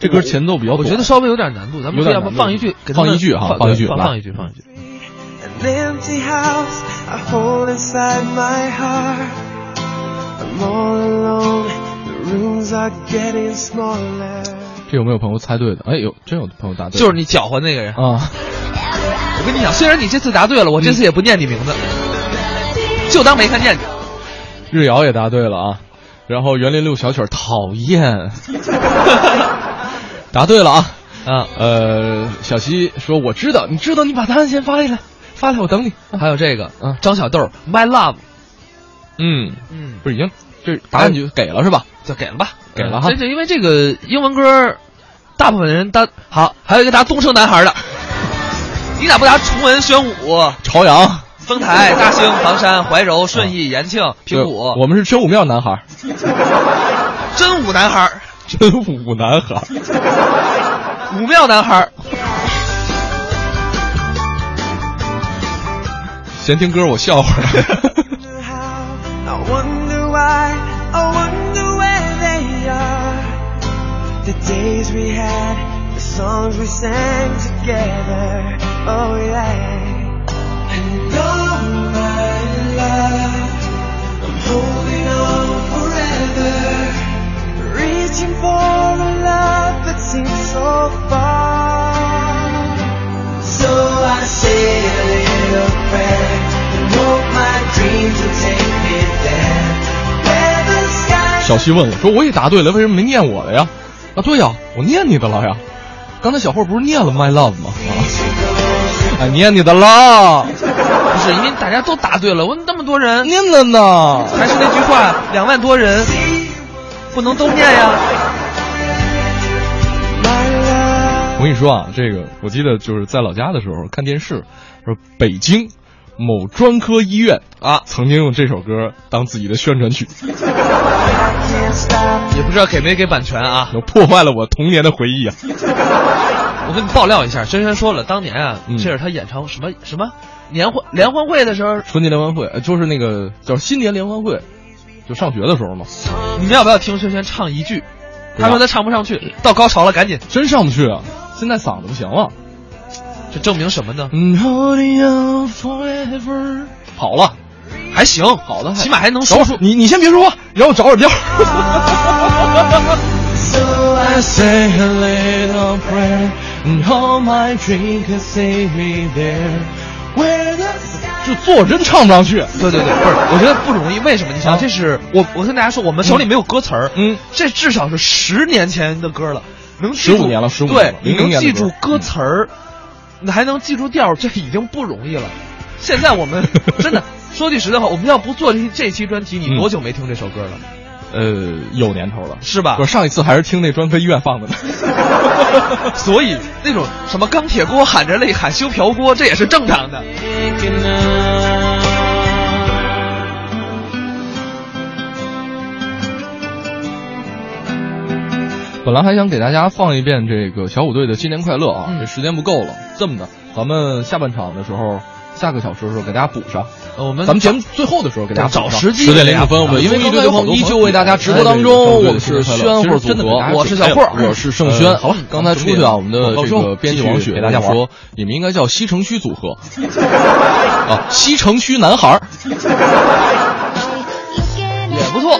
S1: 这歌前奏比较短，
S3: 我觉得稍微有点难度，咱们
S1: 有点
S3: 要不
S1: 难度
S3: 放一句，给他
S1: 放
S3: 们
S1: 一句哈
S3: 放
S1: 放一句
S3: 放
S1: 来
S3: 放一句，放一句。
S4: An empty house I hold inside my heart. I'm all alone, the rooms are getting smaller.
S1: 这有没有朋友猜对的？哎，有，真有朋友答对，
S3: 就是你搅和那个人。
S1: 啊，
S3: 我跟你讲，虽然你这次答对了，我这次也不念你名字，就当没看见你。
S1: 日瑶也答对了啊，
S3: <laughs>
S1: 然后园林六小曲儿讨厌，答对了啊。
S3: 啊
S1: 呃，小西说我知道，你知道，你把答案先发来，发来，我等你。
S3: 还有这个
S1: 啊
S3: 张小豆，My Love，
S1: 嗯，
S3: 嗯，
S1: 不是已经这答案就给了是吧？
S3: 就给了吧，
S1: 给了哈
S3: 这嗯是因为这个英文歌，大部分人答好，还有一个答东升男孩的，你咋不答崇文宣武、
S1: 朝
S3: <laughs>
S1: 阳，
S3: 丰台、大兴、房山、怀柔、顺义、延庆、平谷
S1: 对？我们是真武庙男孩儿， <laughs>
S3: 真武男孩，
S1: 真武男
S3: <laughs>
S1: 孩儿。
S3: 武庙男孩，
S1: 先听歌，我笑会儿。
S5: I wonder why, I wonder where they are. The days we had, the songs we sang together. Oh yeah. And oh my love, I'm holding on forever. Reaching for a love that seems so far. So I say a little prayer and hope my dreams will take me there. Where the sky
S1: 小西问我说：“我也答对了，为什么没念我的呀？”啊，对呀，我念你的了呀。刚才小慧不是念了 My Love 吗？ <laughs> 啊，念你的了，
S3: 不是因为大家都答对了，我那么多人，
S1: 念了呢。
S3: 还是那句话，两万多人，不能都念呀。
S1: 我跟你说啊，这个我记得就是在老家的时候看电视，说北京某专科医院啊，曾经用这首歌当自己的宣传曲，
S3: 也不知道给没给版权啊。
S1: 破坏了我童年的回忆啊。
S3: 我跟你爆料一下，轩轩说了，当年啊，
S1: 嗯
S3: 这是他演唱什么什么年会联欢会的时候，
S1: 春节联欢会呃就是那个叫新年联欢会，就上学的时候嘛，
S3: 你们要不要听轩轩唱一句？
S1: 不要
S3: 他说他唱不上去，到高潮了，赶紧。
S1: 真上不去啊，现在嗓子不行了。
S3: 这证明什么呢？
S1: 嗯 holding on forever 好了，
S3: 还行，
S1: 好的还
S3: 起码还能
S1: 等
S3: 说
S1: 会儿
S3: 出。
S1: 你你先别说话，让我找找调儿。
S5: So I <laughs> say a little prayer and all my dreams can save me there. Where the sky
S1: 就坐真唱不上去。
S3: 对对对，不是，我觉得不容易。为什么？你想，
S1: 啊
S3: 这是我，我跟大家说，我们手里没有歌词儿，
S1: 嗯，
S3: 这至少是十年前的歌了，能记住
S1: 15年了15
S3: 对
S1: 年了，
S3: 你
S1: 00
S3: 能
S1: 年的
S3: 记
S1: 歌嗯
S3: 住歌词儿，你还能记住调儿，这已经不容易了。现在我们
S1: <laughs>
S3: 真的说句实在话，我们要不做这这期专题，你
S1: 嗯
S3: 多久没听这首歌了？
S1: 呃，有年头了，
S3: 是吧
S1: 我上一次还是听那专科医院放的呢。
S3: <laughs> 所以那种什么钢铁锅喊着泪喊修瓢锅，这也是正常的。
S1: 本来还想给大家放一遍这个小虎队的《新年快乐》啊，
S3: 嗯
S1: 这时间不够了。这么的，咱们下半场的时候，下个小时的时候给大家补上。
S3: 呃我们
S1: 咱们节目最后的时候给大家
S3: 找
S1: 补上
S3: 时机
S1: 10点
S3: 给
S1: 零
S3: 大
S1: 五
S3: 家
S1: 分，
S3: 补
S1: 我
S3: 上
S1: 们因为
S3: 因为
S1: 一堆
S3: 我
S1: 朋
S3: 们
S1: 友
S3: 依旧
S1: 朋友
S3: 为大家直播当中
S1: 哎对
S3: 我们是
S1: 小虎队的新年快乐其实
S3: 宣慧组
S1: 真的
S3: 合
S1: 给大家
S3: 我是
S1: 准备
S3: 小慧
S1: 了
S3: 儿
S1: 我是盛轩。
S3: 呃好了
S1: 刚才出去啊，我们的
S3: 广告
S1: 这个
S3: 中
S1: 编辑
S3: 继续
S1: 王雪
S3: 给大家玩
S1: 说，你们应该叫西城区组合啊，西城区男孩儿。
S3: 也不错，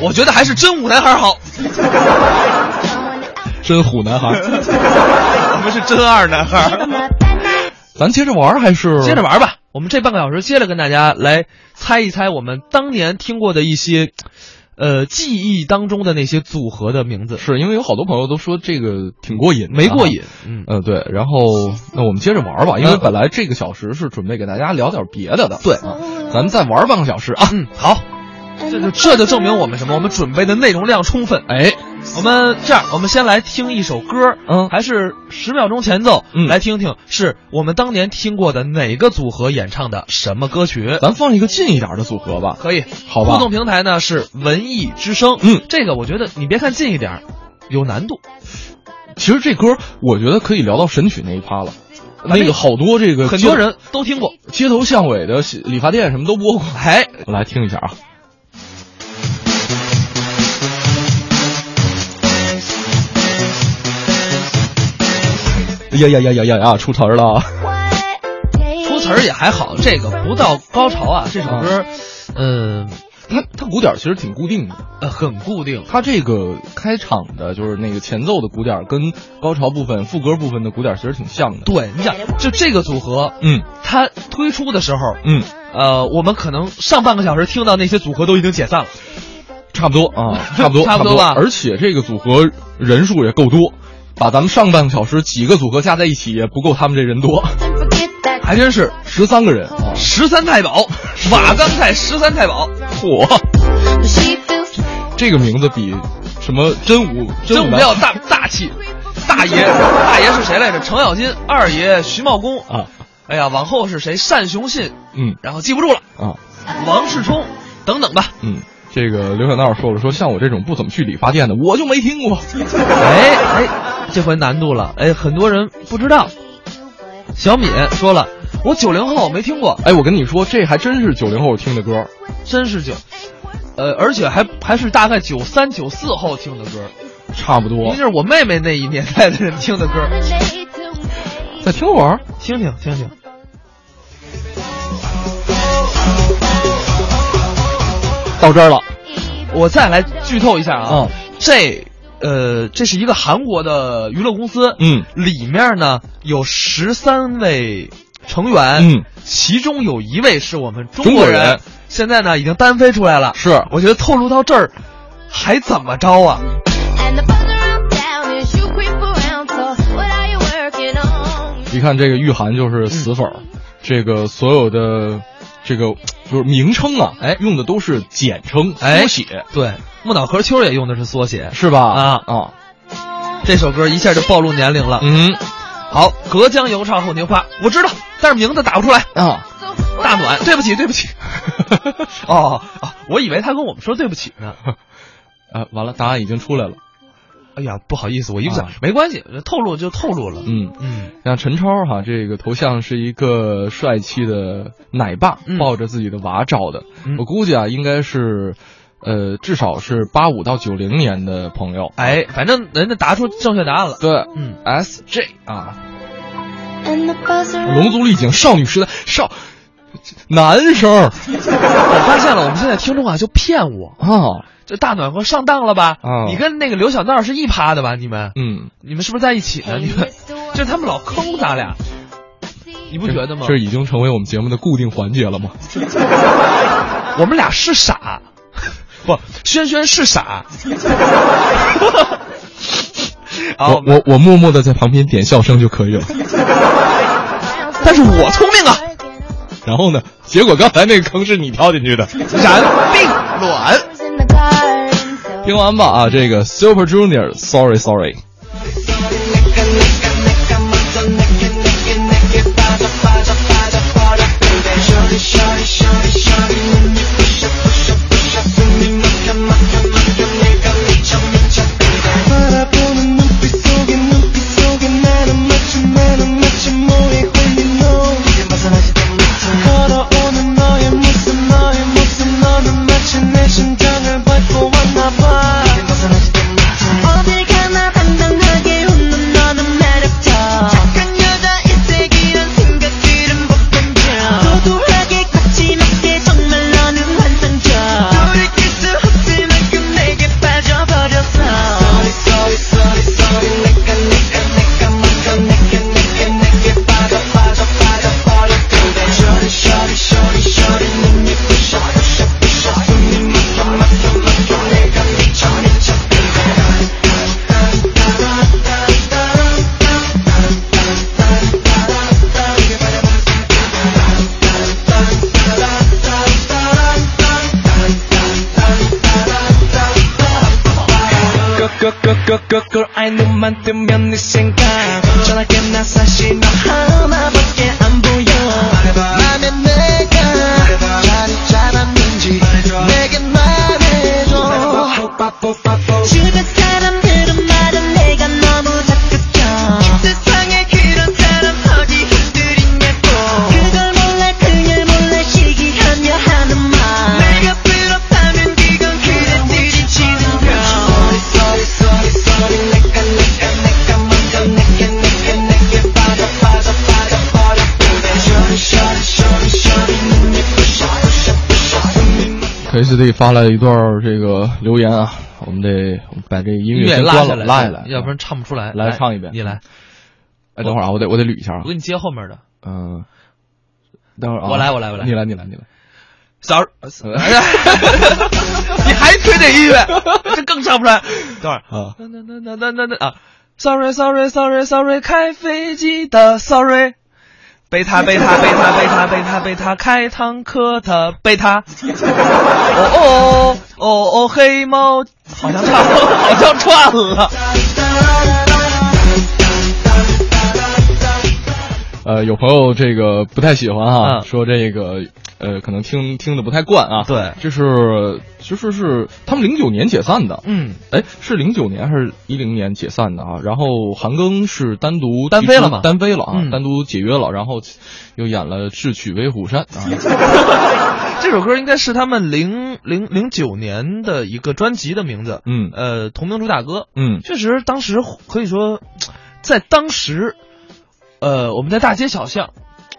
S3: 我觉得还是真武男孩好。
S1: 真虎男孩。
S3: 我们是真二男孩。
S1: 咱接着玩儿还是
S3: <laughs> 接着？玩吧，我们这半个小时接着跟大家来猜一猜我们当年听过的一些，呃，记忆当中的那些组合的名字。
S1: 是因为有好多朋友都说这个挺过瘾的啊，
S3: 没过瘾，嗯，
S1: 嗯，对，然后那我们接着玩吧，因为
S3: 嗯
S1: 本来这个小时是准备给大家聊点别的的，
S3: 对
S1: 啊，咱们再玩半个小时啊。
S3: 嗯，好，这就这就证明我们什么？我们准备的内容量充分。
S1: 哎，
S3: 我们这样，我们先来听一首歌，
S1: 嗯
S3: 还是十秒钟前奏，
S1: 嗯
S3: 来听听是我们当年听过的哪个组合演唱的什么歌曲？
S1: 咱放一个近一点的组合吧，
S3: 可以，
S1: 好吧
S3: 互动平台呢是文艺之声，
S1: 嗯，
S3: 这个我觉得你别看近一点儿，有难度，
S1: 其实这歌我觉得可以聊到神曲那一趴了，
S3: 正
S1: 那个好多这个
S3: 啊很
S1: 街
S3: 多人都听过。
S1: 街头巷尾的理发店什么都播过，
S3: 哎，
S1: 我来听一下啊。呀呀呀呀呀呀！出词儿了，
S3: 出词儿也还好，这个不到高潮啊。这首歌，嗯、
S1: 它它鼓点儿其实挺固定的，
S3: 呃，很固定。
S1: 它这个开场的就是那个前奏的鼓点儿跟高潮部分、副歌部分的鼓点儿其实挺像的。
S3: 对，你想，就这个组合，
S1: 嗯
S3: 它推出的时候，
S1: 嗯，
S3: 呃，我们可能上半个小时听到那些组合都已经解散了。
S1: <laughs> 差不多啊，差不多，
S3: 差不多吧
S1: 而且这个组合人数也够多，把咱们上半个小时几个组合加在一起也不够他们这人多，
S8: And forget that
S1: 还真 <laughs> 是哦十三个人，啊
S3: 十三太 <laughs> 保，瓦岗菜十三太保，
S1: 嚯、
S8: she feels
S1: 这个名字比什么真武
S3: 真
S1: 武
S3: 武庙大大气。大爷，大爷是谁来着？程咬金，二爷徐茂公
S1: 啊。
S3: 哎呀，往后是谁？单雄信，
S1: 嗯
S3: 然后记不住了，
S1: 啊
S3: 王世充等等吧。
S1: 嗯，这个刘小闹说了，说像我这种不怎么去理发店的，我就没听过。 <laughs>
S3: 哎哎，这回难度了，哎，很多人不知道。小敏说了，我九零后没听过，
S1: 哎，我跟你说，这还真是九零后听的歌。
S3: 真是九，呃，而且还还是大概九三九四后听的歌，
S1: 差不多
S3: 一定。是我妹妹那一年代的人听的歌，
S8: relate to me.
S1: 再听会儿，
S3: 听听听听。
S1: 到这儿了。
S3: 我再来剧透一下啊，
S1: 嗯
S3: 这呃，这是一个韩国的娱乐公司，
S1: 嗯，
S3: 里面呢有十三位成员，
S1: 嗯，
S3: 其中有一位是我们中
S1: 中国
S3: 人，
S1: 人
S3: 现在呢已经单飞出来了，
S1: 是
S3: 我觉得透露到这儿，还怎么着啊？
S8: And the further I'm down is you creep around. So what are you working on?
S1: 一看这个玉涵
S3: 嗯
S1: 就是死粉儿，这个所有的这个就是名称啊，哎，用的都是简称、
S3: 哎
S1: 缩写，
S3: 对，木脑壳秋也用的是缩写，
S1: 是吧？
S3: 啊
S1: 啊，
S3: 这首歌一下就暴露年龄了。
S1: 嗯
S3: 好，隔江犹唱后庭花，我知道，但是名字打不出来。
S1: 啊，
S8: So
S3: 大暖，对不起，对
S1: <laughs>
S3: 不起。哦哦，我以为他跟我们说对不起
S1: 嗯
S3: 呢。
S1: 呃，完了，答案已经出来了。
S3: 哎呀，不好意思，我一不想，
S1: 啊
S3: 没关系，透露就透露了。
S1: 嗯，
S3: 嗯，
S1: 像陈超哈、这个头像是一个帅气的奶爸
S3: 嗯
S1: 抱着自己的娃照的，
S3: 嗯
S1: 我估计啊，应该是，呃，至少是八五到九零年的朋友。
S3: 哎，反正人家答出正确答案了。
S1: 对，
S3: 嗯
S1: ，S J 啊，
S8: And the buzzer
S1: 龙族丽景，少女时代，少男生
S3: 我发现了，我们现在听众啊就骗我，
S1: 啊，
S3: 这大暖和上当了吧？
S1: 啊
S3: 你跟那个刘小闹是一趴的吧？你们，
S1: 嗯，
S3: 你们是不是在一起呢？你们，就是他们老坑咱俩，你不觉得吗？
S1: 这已经成为我们节目的固定环节了吗？
S3: 我们俩是傻， <laughs> 不，轩轩是傻。啊，
S1: 我我我默默的在旁边点笑声就可以
S3: <laughs>
S1: 了。
S3: 但是我聪明啊，
S1: 然后呢，结果刚才那个坑是你跳进去的。
S3: 然并卵。
S8: in the garden. So
S1: 听完吧啊，这个 Super Junior，Sorry Sorry。
S5: 바라보는 눈빛 속에 눈빛 속에 나는 맞춤 나는 맞춤 모래 흘린 너 걸어오는 너의 모습 너의 모습 너는 마치 내 심장을 밟고 왔나 봐
S8: 어딜 가나 당당하게 웃는 너는 매력적 착한 여자의 세계란 생각 들은 법한 적 도도하게 거침없게 정말 너는 환상적 돌이킬 수 없을 만큼 내게 빠져버렸어
S5: 꼬꼬꼬꼬꼬꼬 아이 눈만 뜨면 네 생각 전하게 나 사실 너 하나밖에 안 보여 맘에 내가 자리 잡았는지 내게 말해줘
S8: 주변 사람들은 말은 내가 너무 적극적 세상에 그런 사람 어디 흔들있냐고 그걸 몰라 그냥 몰라 시기하며 하는 말 내가 부럽다면 그건 그래 들이치는 거
S1: 可惜得发来一段这个留言啊，我们得把这音
S3: 音
S1: 乐
S3: 乐
S1: 先
S3: 拉
S1: 关
S3: 下
S1: 了，
S3: 来，
S1: 拉下来，
S3: 要不然唱不出来。
S1: 来唱一遍
S3: 你来，
S1: 哎，等会儿啊，我得我得捋一下啊
S3: 我，给你接后面的。
S1: 嗯，等会儿啊，
S3: 我来我来我来
S1: 你来你来你来，
S3: 小，你还推这音乐，这更唱不出来。等会儿
S1: 啊
S3: 那那那那那那啊， Sorry Sorry Sorry Sorry，开飞机的 Sorry。贝塔贝塔贝塔贝塔贝塔贝塔开坦克的贝塔，哦哦哦哦黑猫好像串了，好像串了。
S1: 呃，有朋友这个不太喜欢哈、
S3: 嗯
S1: 说这个呃，可能听听的不太惯啊。
S3: 对
S1: 这是就是是他们零九年解散的，
S3: 嗯，
S1: 哎，是零九年还是一零年解散的啊？然后韩庚是单独
S3: 单飞了嘛
S1: 单飞了啊，
S3: 嗯
S1: 单独解约了，然后又演了《智取威虎山》啊。
S3: <clears throat> 这首歌应该是他们零零零九年的一个专辑的名字，
S1: 嗯
S3: 呃，同名主打歌。
S1: 嗯，
S3: 确实，当时可以说，在当时，呃，我们在大街小巷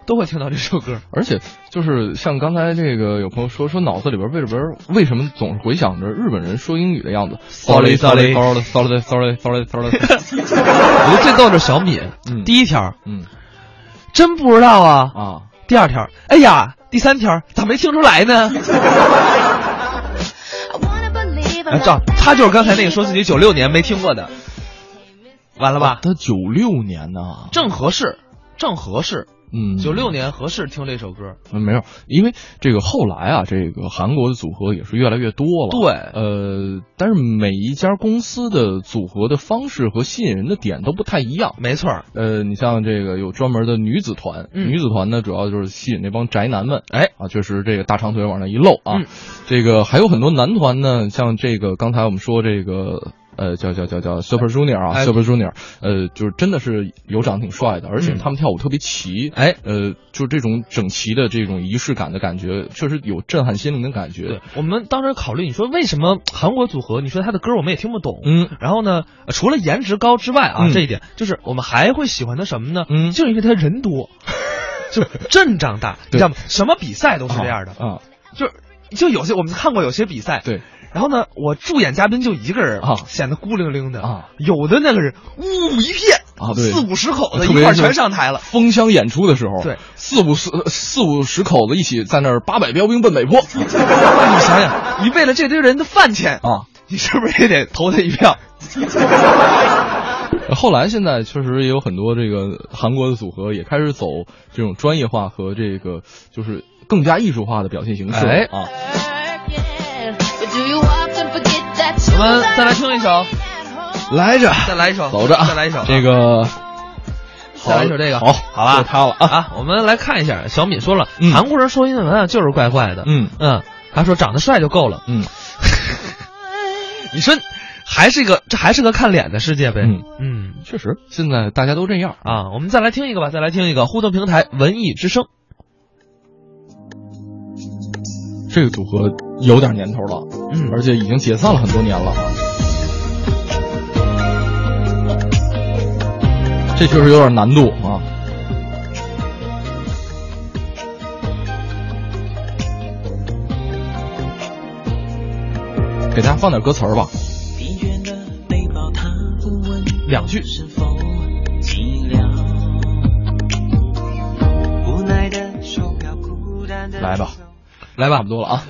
S3: 都会听到这首歌。
S1: 而且就是像刚才这个有朋友说，说脑子里边为什么为什么总是回想着日本人说英语的样子
S3: Sorry，sorry
S1: sorry sorry sorry sorry sorry，
S3: 我觉得最逗的是小敏，
S1: 嗯
S3: 第一条
S1: 嗯
S3: 真不知道啊，
S1: 啊，
S3: 第二条，哎呀，第三条咋没听出来 <laughs> 呢？啊，照，他就是刚才那个说自己九六年没听过的，完了吧？
S1: 他九六年呢、
S3: 正合适，正合适，
S1: 嗯，
S3: 九六年合适听这首歌。
S1: 嗯，没有，因为这个后来啊，这个韩国的组合也是越来越多了。
S3: 对
S1: 呃，但是每一家公司的组合的方式和吸引人的点都不太一样。
S3: 没错儿，
S1: 呃，你像这个有专门的女子团，
S3: 嗯
S1: 女子团呢主要就是吸引那帮宅男们，
S3: 哎
S1: 啊，确实这个大长腿往那一露啊。
S3: 嗯
S1: 这个还有很多男团呢，像这个刚才我们说这个。呃，叫叫叫叫 Super Junior 啊、
S3: 哎
S1: s u p e r Junior，呃，就是真的是有长挺帅的，而且
S3: 嗯
S1: 他们跳舞特别齐，
S3: 哎，
S1: 呃，就是这种整齐的这种仪式感的感觉，确实有震撼心灵的感
S3: 对
S1: 觉。，
S3: 我们当时考虑，你说为什么韩国组合？你说他的歌我们也听不懂，
S1: 嗯，
S3: 然后呢，呃除了颜值高之外啊，
S1: 嗯
S3: 这一点就是我们还会喜欢他什么呢？
S1: 嗯
S3: 就是因为他人
S1: <laughs>
S3: 多，就是镇长大，你
S1: 对
S3: 知道吗？什么比赛都是这样的，
S1: 啊，
S3: 就是就有些我们看过有些比赛，
S1: 对，
S3: 然后呢，我助演嘉宾就一个人
S1: 啊
S3: 显得孤零零的
S1: 啊。
S3: 有的那个人呜一片
S1: 啊对
S3: 四五十口的
S1: 特
S3: 一
S1: 别
S3: 块儿
S1: 是
S3: 全上台了。
S1: 封箱演出的时候，
S3: 对，
S1: 四五十四五十口子一起在那儿八百标兵奔北
S3: <laughs>
S1: 坡哎
S3: 你想想，你为了这堆人的饭钱，
S1: 啊。
S3: 你是不是也得投他一票？
S1: 后来现在确实也有很多这个韩国的组合也开始走这种专业化和这个就是更加艺术化的表现形式了
S3: 哎
S1: 啊。
S3: 我们再来听一首，
S1: 来着，
S3: 再来一首，
S1: 走着啊，
S3: 再来一首，
S1: 这个
S3: 再来一首这个，
S1: 好，
S3: 好吧，
S1: 就它了啊。
S3: 啊，我们来看一下，小敏说了，
S1: 嗯
S3: 韩国人说英文啊就是怪怪的，
S1: 嗯
S3: 嗯，他说长得帅就够了，
S1: 嗯，
S3: 你说还是一个这还是个看脸的世界呗，
S1: 嗯
S3: 嗯
S1: 确实，现在大家都这样。
S3: 啊，我们再来听一个吧，再来听一个互动平台文艺之声，
S1: 这个组合有点年头了，
S3: 嗯
S1: 而且已经解散了很多年了。啊这确实有点难度啊。给大家放点歌词儿吧。
S6: 疲倦的背包，他不问
S3: 两句
S6: 是否寂寥。无奈的手铐，孤单的
S1: 来吧
S6: 手
S3: 来吧
S1: 差不，多了啊。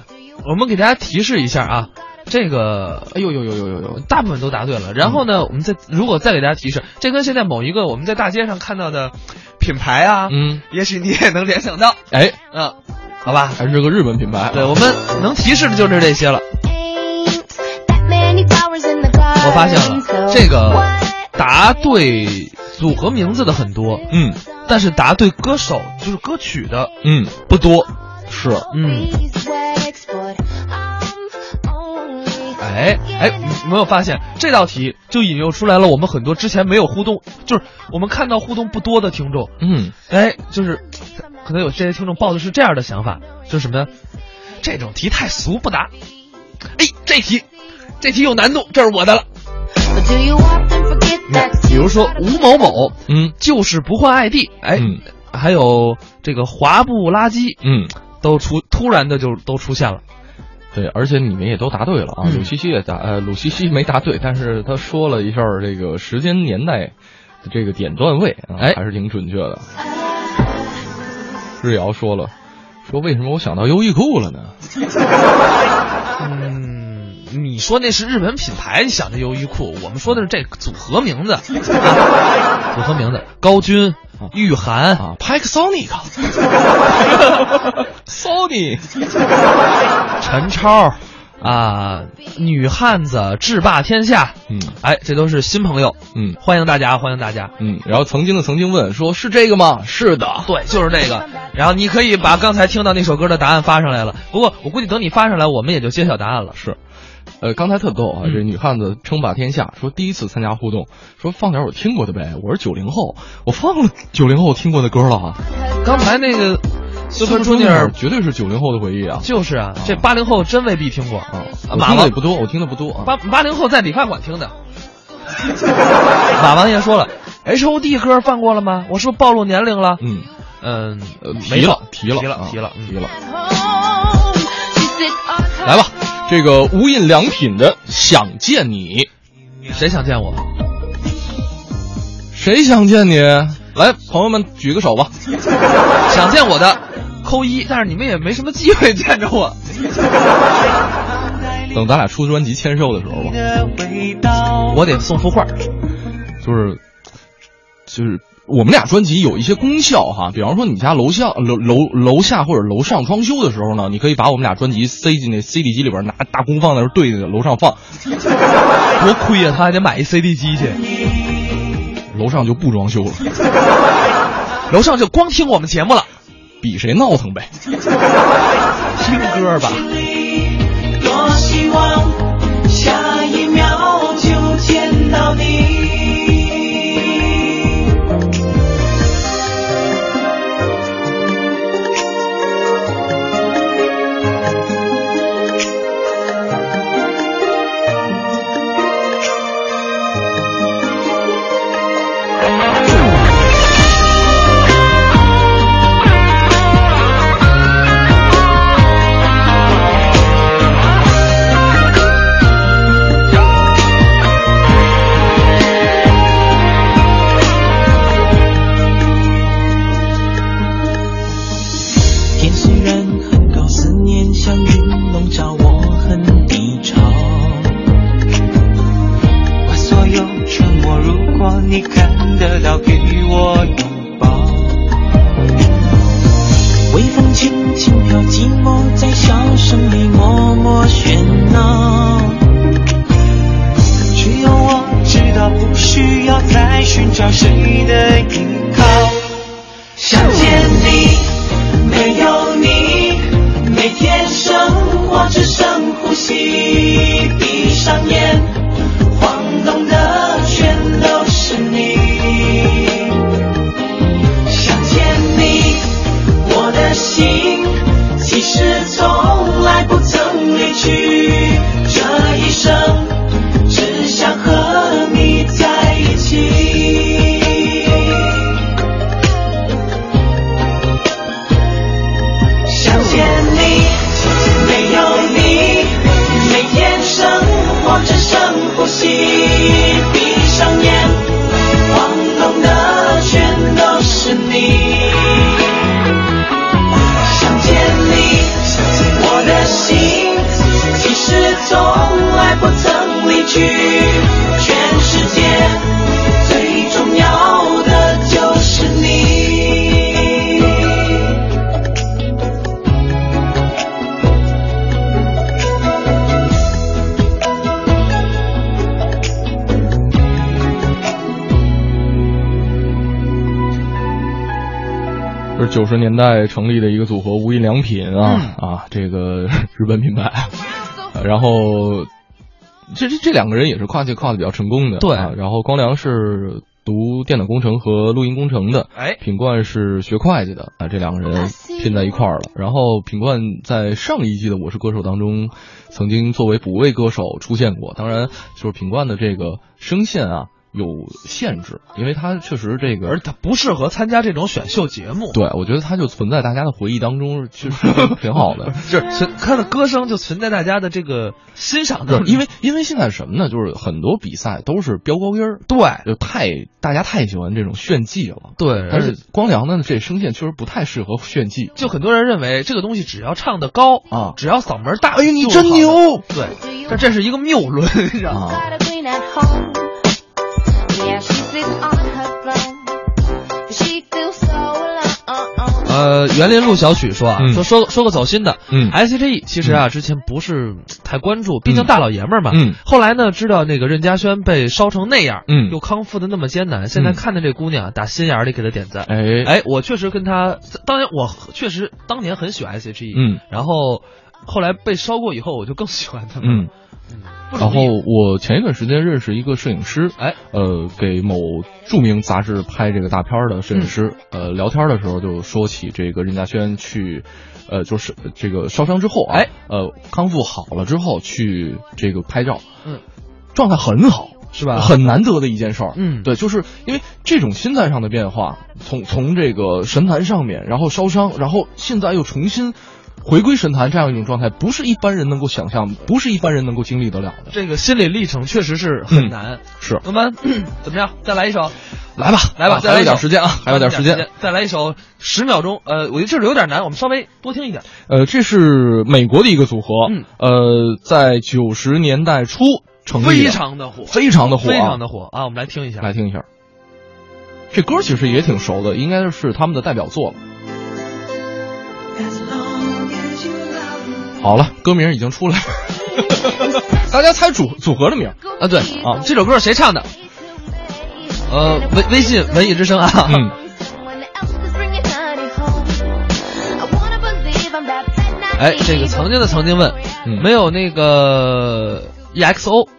S3: 我们给大家提示一下啊，这个
S1: 哎呦呦呦呦呦呦！
S3: 大部分都答对了。然后
S1: 嗯
S3: 呢，我们再如果再给大家提示，这跟现在某一个我们在大街上看到的品牌啊，
S1: 嗯，
S3: 也许你也能联想到，
S1: 哎，
S3: 嗯，好吧。
S1: 还是个日本品牌。啊
S3: 对，我们能提示的就是这些了。我
S9: 我
S3: 发现了，这个答对组合名字的很多，
S1: 嗯
S3: 但是答对歌手就是歌曲的
S1: 嗯，
S3: 不多。
S1: 是
S3: 嗯，哎哎，你没有发现这道题就引诱出来了我们很多之前没有互动，就是我们看到互动不多的听众，
S1: 嗯，
S3: 哎，就是可能有这些听众抱的是这样的想法，就是什么呢？这种题太俗不答。哎，这题，这题有难度，这是我的了。你看，嗯比如说吴某某，
S1: 嗯，
S3: 就是不换 ID，哎，
S1: 嗯
S3: 还有这个滑步垃圾，
S1: 嗯。
S3: 都出突然的就都出现了。
S1: 对，而且你们也都答对了啊！
S3: 嗯
S1: 鲁西西也答，呃，鲁西西没答对，但是他说了一下这个时间年代，这个点段位啊，
S3: 哎
S1: 还是挺准确的。日瑶说了，说为什么我想到优衣库了呢？
S3: 嗯，你说那是日本品牌，你想着优衣库，我们说的是这组合名字，啊 <laughs> 组合名字，高军、玉涵啊，Panasonic，Sony，陈超啊，女汉子制霸天下，
S1: 嗯
S3: 哎，这都是新朋友，
S1: 嗯
S3: 欢迎大家，欢迎大家。
S1: 嗯，然后曾经的曾经问呃说是这个吗？是的，
S3: 对，就是这个。然后你可以把刚才听到那首歌的答案发上来了。不过我估计等你发上来，我们也就揭晓答案了。
S1: 是。呃，刚才特逗啊，
S3: 嗯
S1: 这女汉子称霸天下，说第一次参加互动，说放点我听过的呗。我是九零后，我放了九零后听过的歌了哈。
S3: 刚才那个 Super Junior
S1: Junior 绝对是九零后的回忆啊。
S3: 就是啊
S1: 啊，
S3: 这八零后真未必听过。
S1: 啊，我
S3: 马
S1: 听的也
S3: 王
S1: 不多，我听的不多啊。
S3: 八八零后在理发馆
S1: <laughs>
S3: 听的。马王爷说了，H O D 歌放过了吗？我是不是暴露年龄了？
S1: 嗯，
S3: 嗯，
S1: 呃，
S3: 没
S1: 提
S3: 有
S1: 了，，提了，
S3: 提
S1: 啊
S3: 了，提了，嗯
S1: 提了。来吧，这个无印良品的《想见你》，
S3: 谁想见我？
S1: 谁想见你？来，朋友们举个手吧。
S3: <laughs> 想见我的扣一，但是你们也没什么机会见着我。
S1: <laughs> 等咱俩出专辑签售的时候吧，
S3: 我得送幅画儿。
S1: 就是，就是我们俩专辑有一些功效哈，比方说你家楼下呃楼楼楼下或者楼上装修的时候呢，你可以把我们俩专辑塞进那 CD 机里边，拿大功放在那儿对着楼上放，
S3: 多亏呀、他还得买一 CD 机去，
S1: 楼上就不装
S3: <laughs>
S1: 修了，
S3: 楼上就光听我们节目了，
S1: 比谁闹腾呗。
S3: 听歌吧。
S5: 多希望下一秒就见到你。
S9: 天虽然很高，思念像云笼罩，我很低潮。把所有沉默，如果你看得到，给我拥抱。微风轻轻飘，寂寞在笑声里默默喧闹。只有我知道，不需要再寻找谁的依靠。
S5: 想见你，没有你，每天生活只剩呼吸。闭上眼，晃动的全都是你。想见你，我的心其实从来不曾离去，这一生只想和你在一起。想见你，没有你，每天生活只剩呼吸。闭上眼，晃动的全都是你。想见你，我的心其实从来不曾离去。全世界最重要的就是你。
S1: 是九十年代成立的一个组合无印良品啊、
S3: 嗯
S1: 啊，这个日本品牌，呃然后这这这两个人也是跨界跨的比较成功的，
S3: 对
S1: 啊然后光良是读电脑工程和录音工程的，
S3: 哎，
S1: 品冠是学会计的啊，这两个人拼在一块儿了。然后品冠在上一季的《我是歌手》当中，曾经作为补位歌手出现过。当然，就是品冠的这个声线啊，有限制，因为它确实这个
S3: 而他不适合参加这种选秀节目。
S1: 对，我觉得它就存在大家的回忆当中，确实挺好的。
S3: <laughs> 就是存他的歌声就存在大家的这个欣赏
S1: 对
S3: 当，中，
S1: 因为因为现在什么呢？就是很多比赛都是飙高音儿，
S3: 对
S1: 就太大家太喜欢这种炫技了。
S3: 对，
S1: 但
S3: 而且
S1: 是光良呢，这声线确实不太适合炫技。
S3: 就很多人认为这个东西只要唱得高
S1: 啊
S3: 只要嗓门大，
S1: 哎呦你
S3: 就
S1: 真
S3: 好了
S1: 牛！
S3: 对，但这是一个谬论，你知道吗？
S1: 啊，
S9: got a queen at home. Yeah, she sits on her throne. She feels so
S3: <laughs>
S9: alone.
S3: 呃，园林路小曲说啊，
S1: 嗯
S3: 说说说个走心的，
S1: 嗯
S3: ，S.H.E 其实啊、之前不是太关注，毕竟大老爷们儿嘛，
S1: 嗯
S3: 后来呢知道那个任嘉萱被烧成那样，
S1: 嗯
S3: 又康复的那么艰难，现在
S1: 嗯
S3: 看见这姑娘打心眼儿里给她点赞，
S1: 哎
S3: 哎，我确实跟她，当然我确实当年很喜欢 S.H.E，
S1: 嗯，
S3: 然后后来被烧过以后，我就更喜欢他
S1: 嗯，
S3: 们，不
S1: 然
S3: 容易
S1: 后我前一段时间认识一个摄影师，
S3: 哎，
S1: 呃，给某著名杂志拍这个大片儿的摄影师，呃，聊天的时候就说起这个任嘉萱去，呃，就是这个烧伤之后啊，
S3: 哎，
S1: 呃，康复好了之后去这个拍照，
S3: 嗯，
S1: 状态很好。
S3: 是吧
S1: 很难得的一件事儿。
S3: 嗯
S1: 对，就是因为这种心态上的变化，从从这个神坛上面，然后烧伤，然后现在又重新回归神坛这样一种状态，不是一般人能够想象，不是一般人能够经历得了的。
S3: 这个心理历程确实是很难。
S1: 嗯是
S3: 我们怎么样？ <clears throat> 再来一首，
S1: 来吧
S3: 来吧，
S1: 啊
S3: 再来
S1: 还有
S3: 一首
S1: 点时间啊还有点时间，
S3: 再来一首，十秒钟。呃，我觉得这首有点难，我们稍微多听一点。
S1: 呃，这是美国的一个组合，
S3: 嗯
S1: 呃，在九十年代初成立的，
S3: 非常的火，
S1: 非常的火啊
S3: 非常的火啊！我们来听一下。
S1: 来听一下。这歌其实也挺熟的，应该是他们的代表作了。
S5: As long as you love me.
S1: 好了，歌名已经出来了， <laughs> 大家猜组组合的名儿。
S3: 啊，对
S1: 啊
S3: 这首歌是谁唱的？呃，微微信文艺之声啊。
S1: 嗯
S9: Someone else is bringing honey home. I wanna believe I'm that bad
S3: 哎，这个曾经的曾经问，
S1: 嗯
S3: 没有那个 E EXO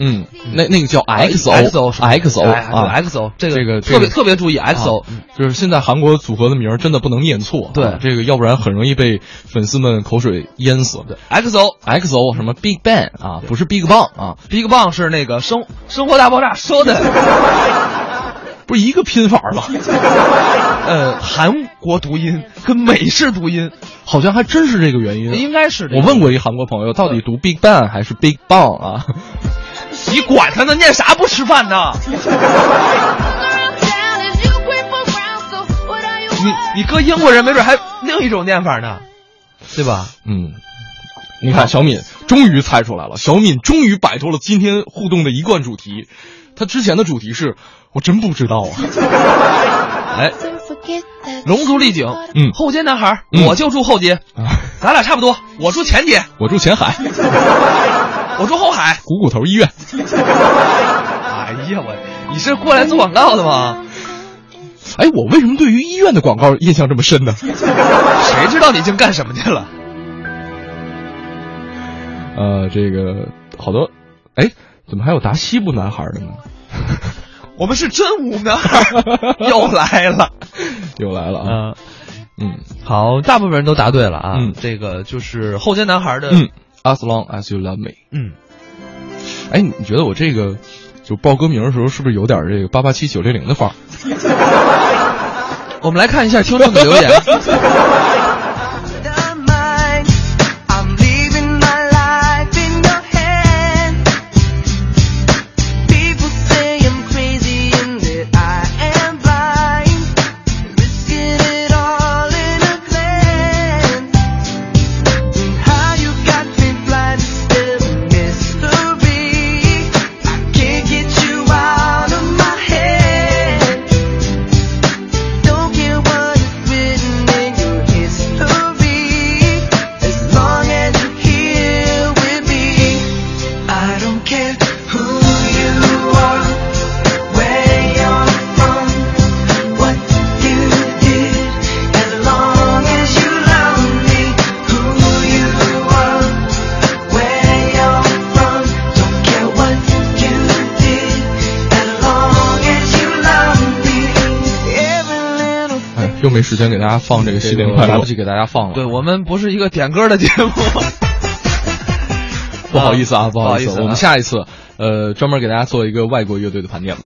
S1: 嗯，那那个叫 XO
S3: XO 哎是吧
S1: XO
S3: 哎
S1: 啊
S3: 对 XO 这个
S1: 这个这
S3: 特别
S1: 个
S3: 特别注意 XO
S1: 啊。就是现在韩国组合的名儿真的不能念错啊，
S3: 对
S1: 这个要不然很容易被粉丝们口水淹死。对
S3: XO
S1: ，XO 什么 Big Bang 啊，不是 Big Bang 啊，
S3: Big Bang 是那个生生活大爆炸说的，
S1: <laughs> 不是一个拼法吧？
S3: 呃，韩国读音跟美式读音
S1: <laughs> 好像还真是这个原因。啊
S3: 应该是这
S1: 嗯我
S3: 个
S1: 问过一韩国朋友，到底读 Big Bang 还是 Big Bang <laughs> 啊？
S3: 你管他呢，念啥不吃饭呢？你你搁英国人没准还另一种念法呢，对吧？
S1: 嗯，你看小敏终于猜出来了，小敏终于摆脱了今天互动的一贯主题。她之前的主题是我真不知道 <laughs> 啊。
S3: 哎，龙族丽景，
S1: 嗯
S3: 后街男孩，
S1: 嗯
S3: 我就住后街，咱俩差不多，我住前街，
S1: 我住前海
S3: 我住后海。
S1: 股骨头医院。
S3: 哎呀，我你是过来做广告的吗？
S1: 哎，我为什么对于医院的广告印象这么深呢？
S3: 谁知道你已经干什么去了？
S1: 呃，这个好多，哎，怎么还有答西部男孩的呢？
S3: 我们是真无 <laughs> 男孩，又来了。
S1: 又来了啊，嗯
S3: 嗯，好，大部分人都答对了啊。
S1: 嗯
S3: 这个就是后街男孩的。
S1: 嗯，As long as you love me。
S3: 嗯
S1: 哎，你觉得我这个就报歌名的时候，是不是有点这个八八七九零零的范儿？
S3: 我们来看一下听众的留 <laughs> 言。
S5: the mind. I'm leaving my life in your hand. People say I'm crazy and that I am blind. Risking it all in a glance. And how you got me blind is still a mystery. I can't get you out of my head. Don't care what is written in your history, as long as you're here with me. I don't care who you are, where you're from, what you did, as long as you love me. Who you are, where you're from, don't care what you did, as long as you love me. Every little
S1: 哎，又没时间给大家放这个新年快乐，来不及给大家放了。
S3: 对我们不是一个点歌的节目，
S1: 不好意思啊，
S3: 不
S1: 不
S3: 好
S1: 好
S3: 意
S1: 意
S3: 思
S1: 思，
S3: 啊
S1: 我们下一次呃，专门给大家做一个外国乐队的盘点吧。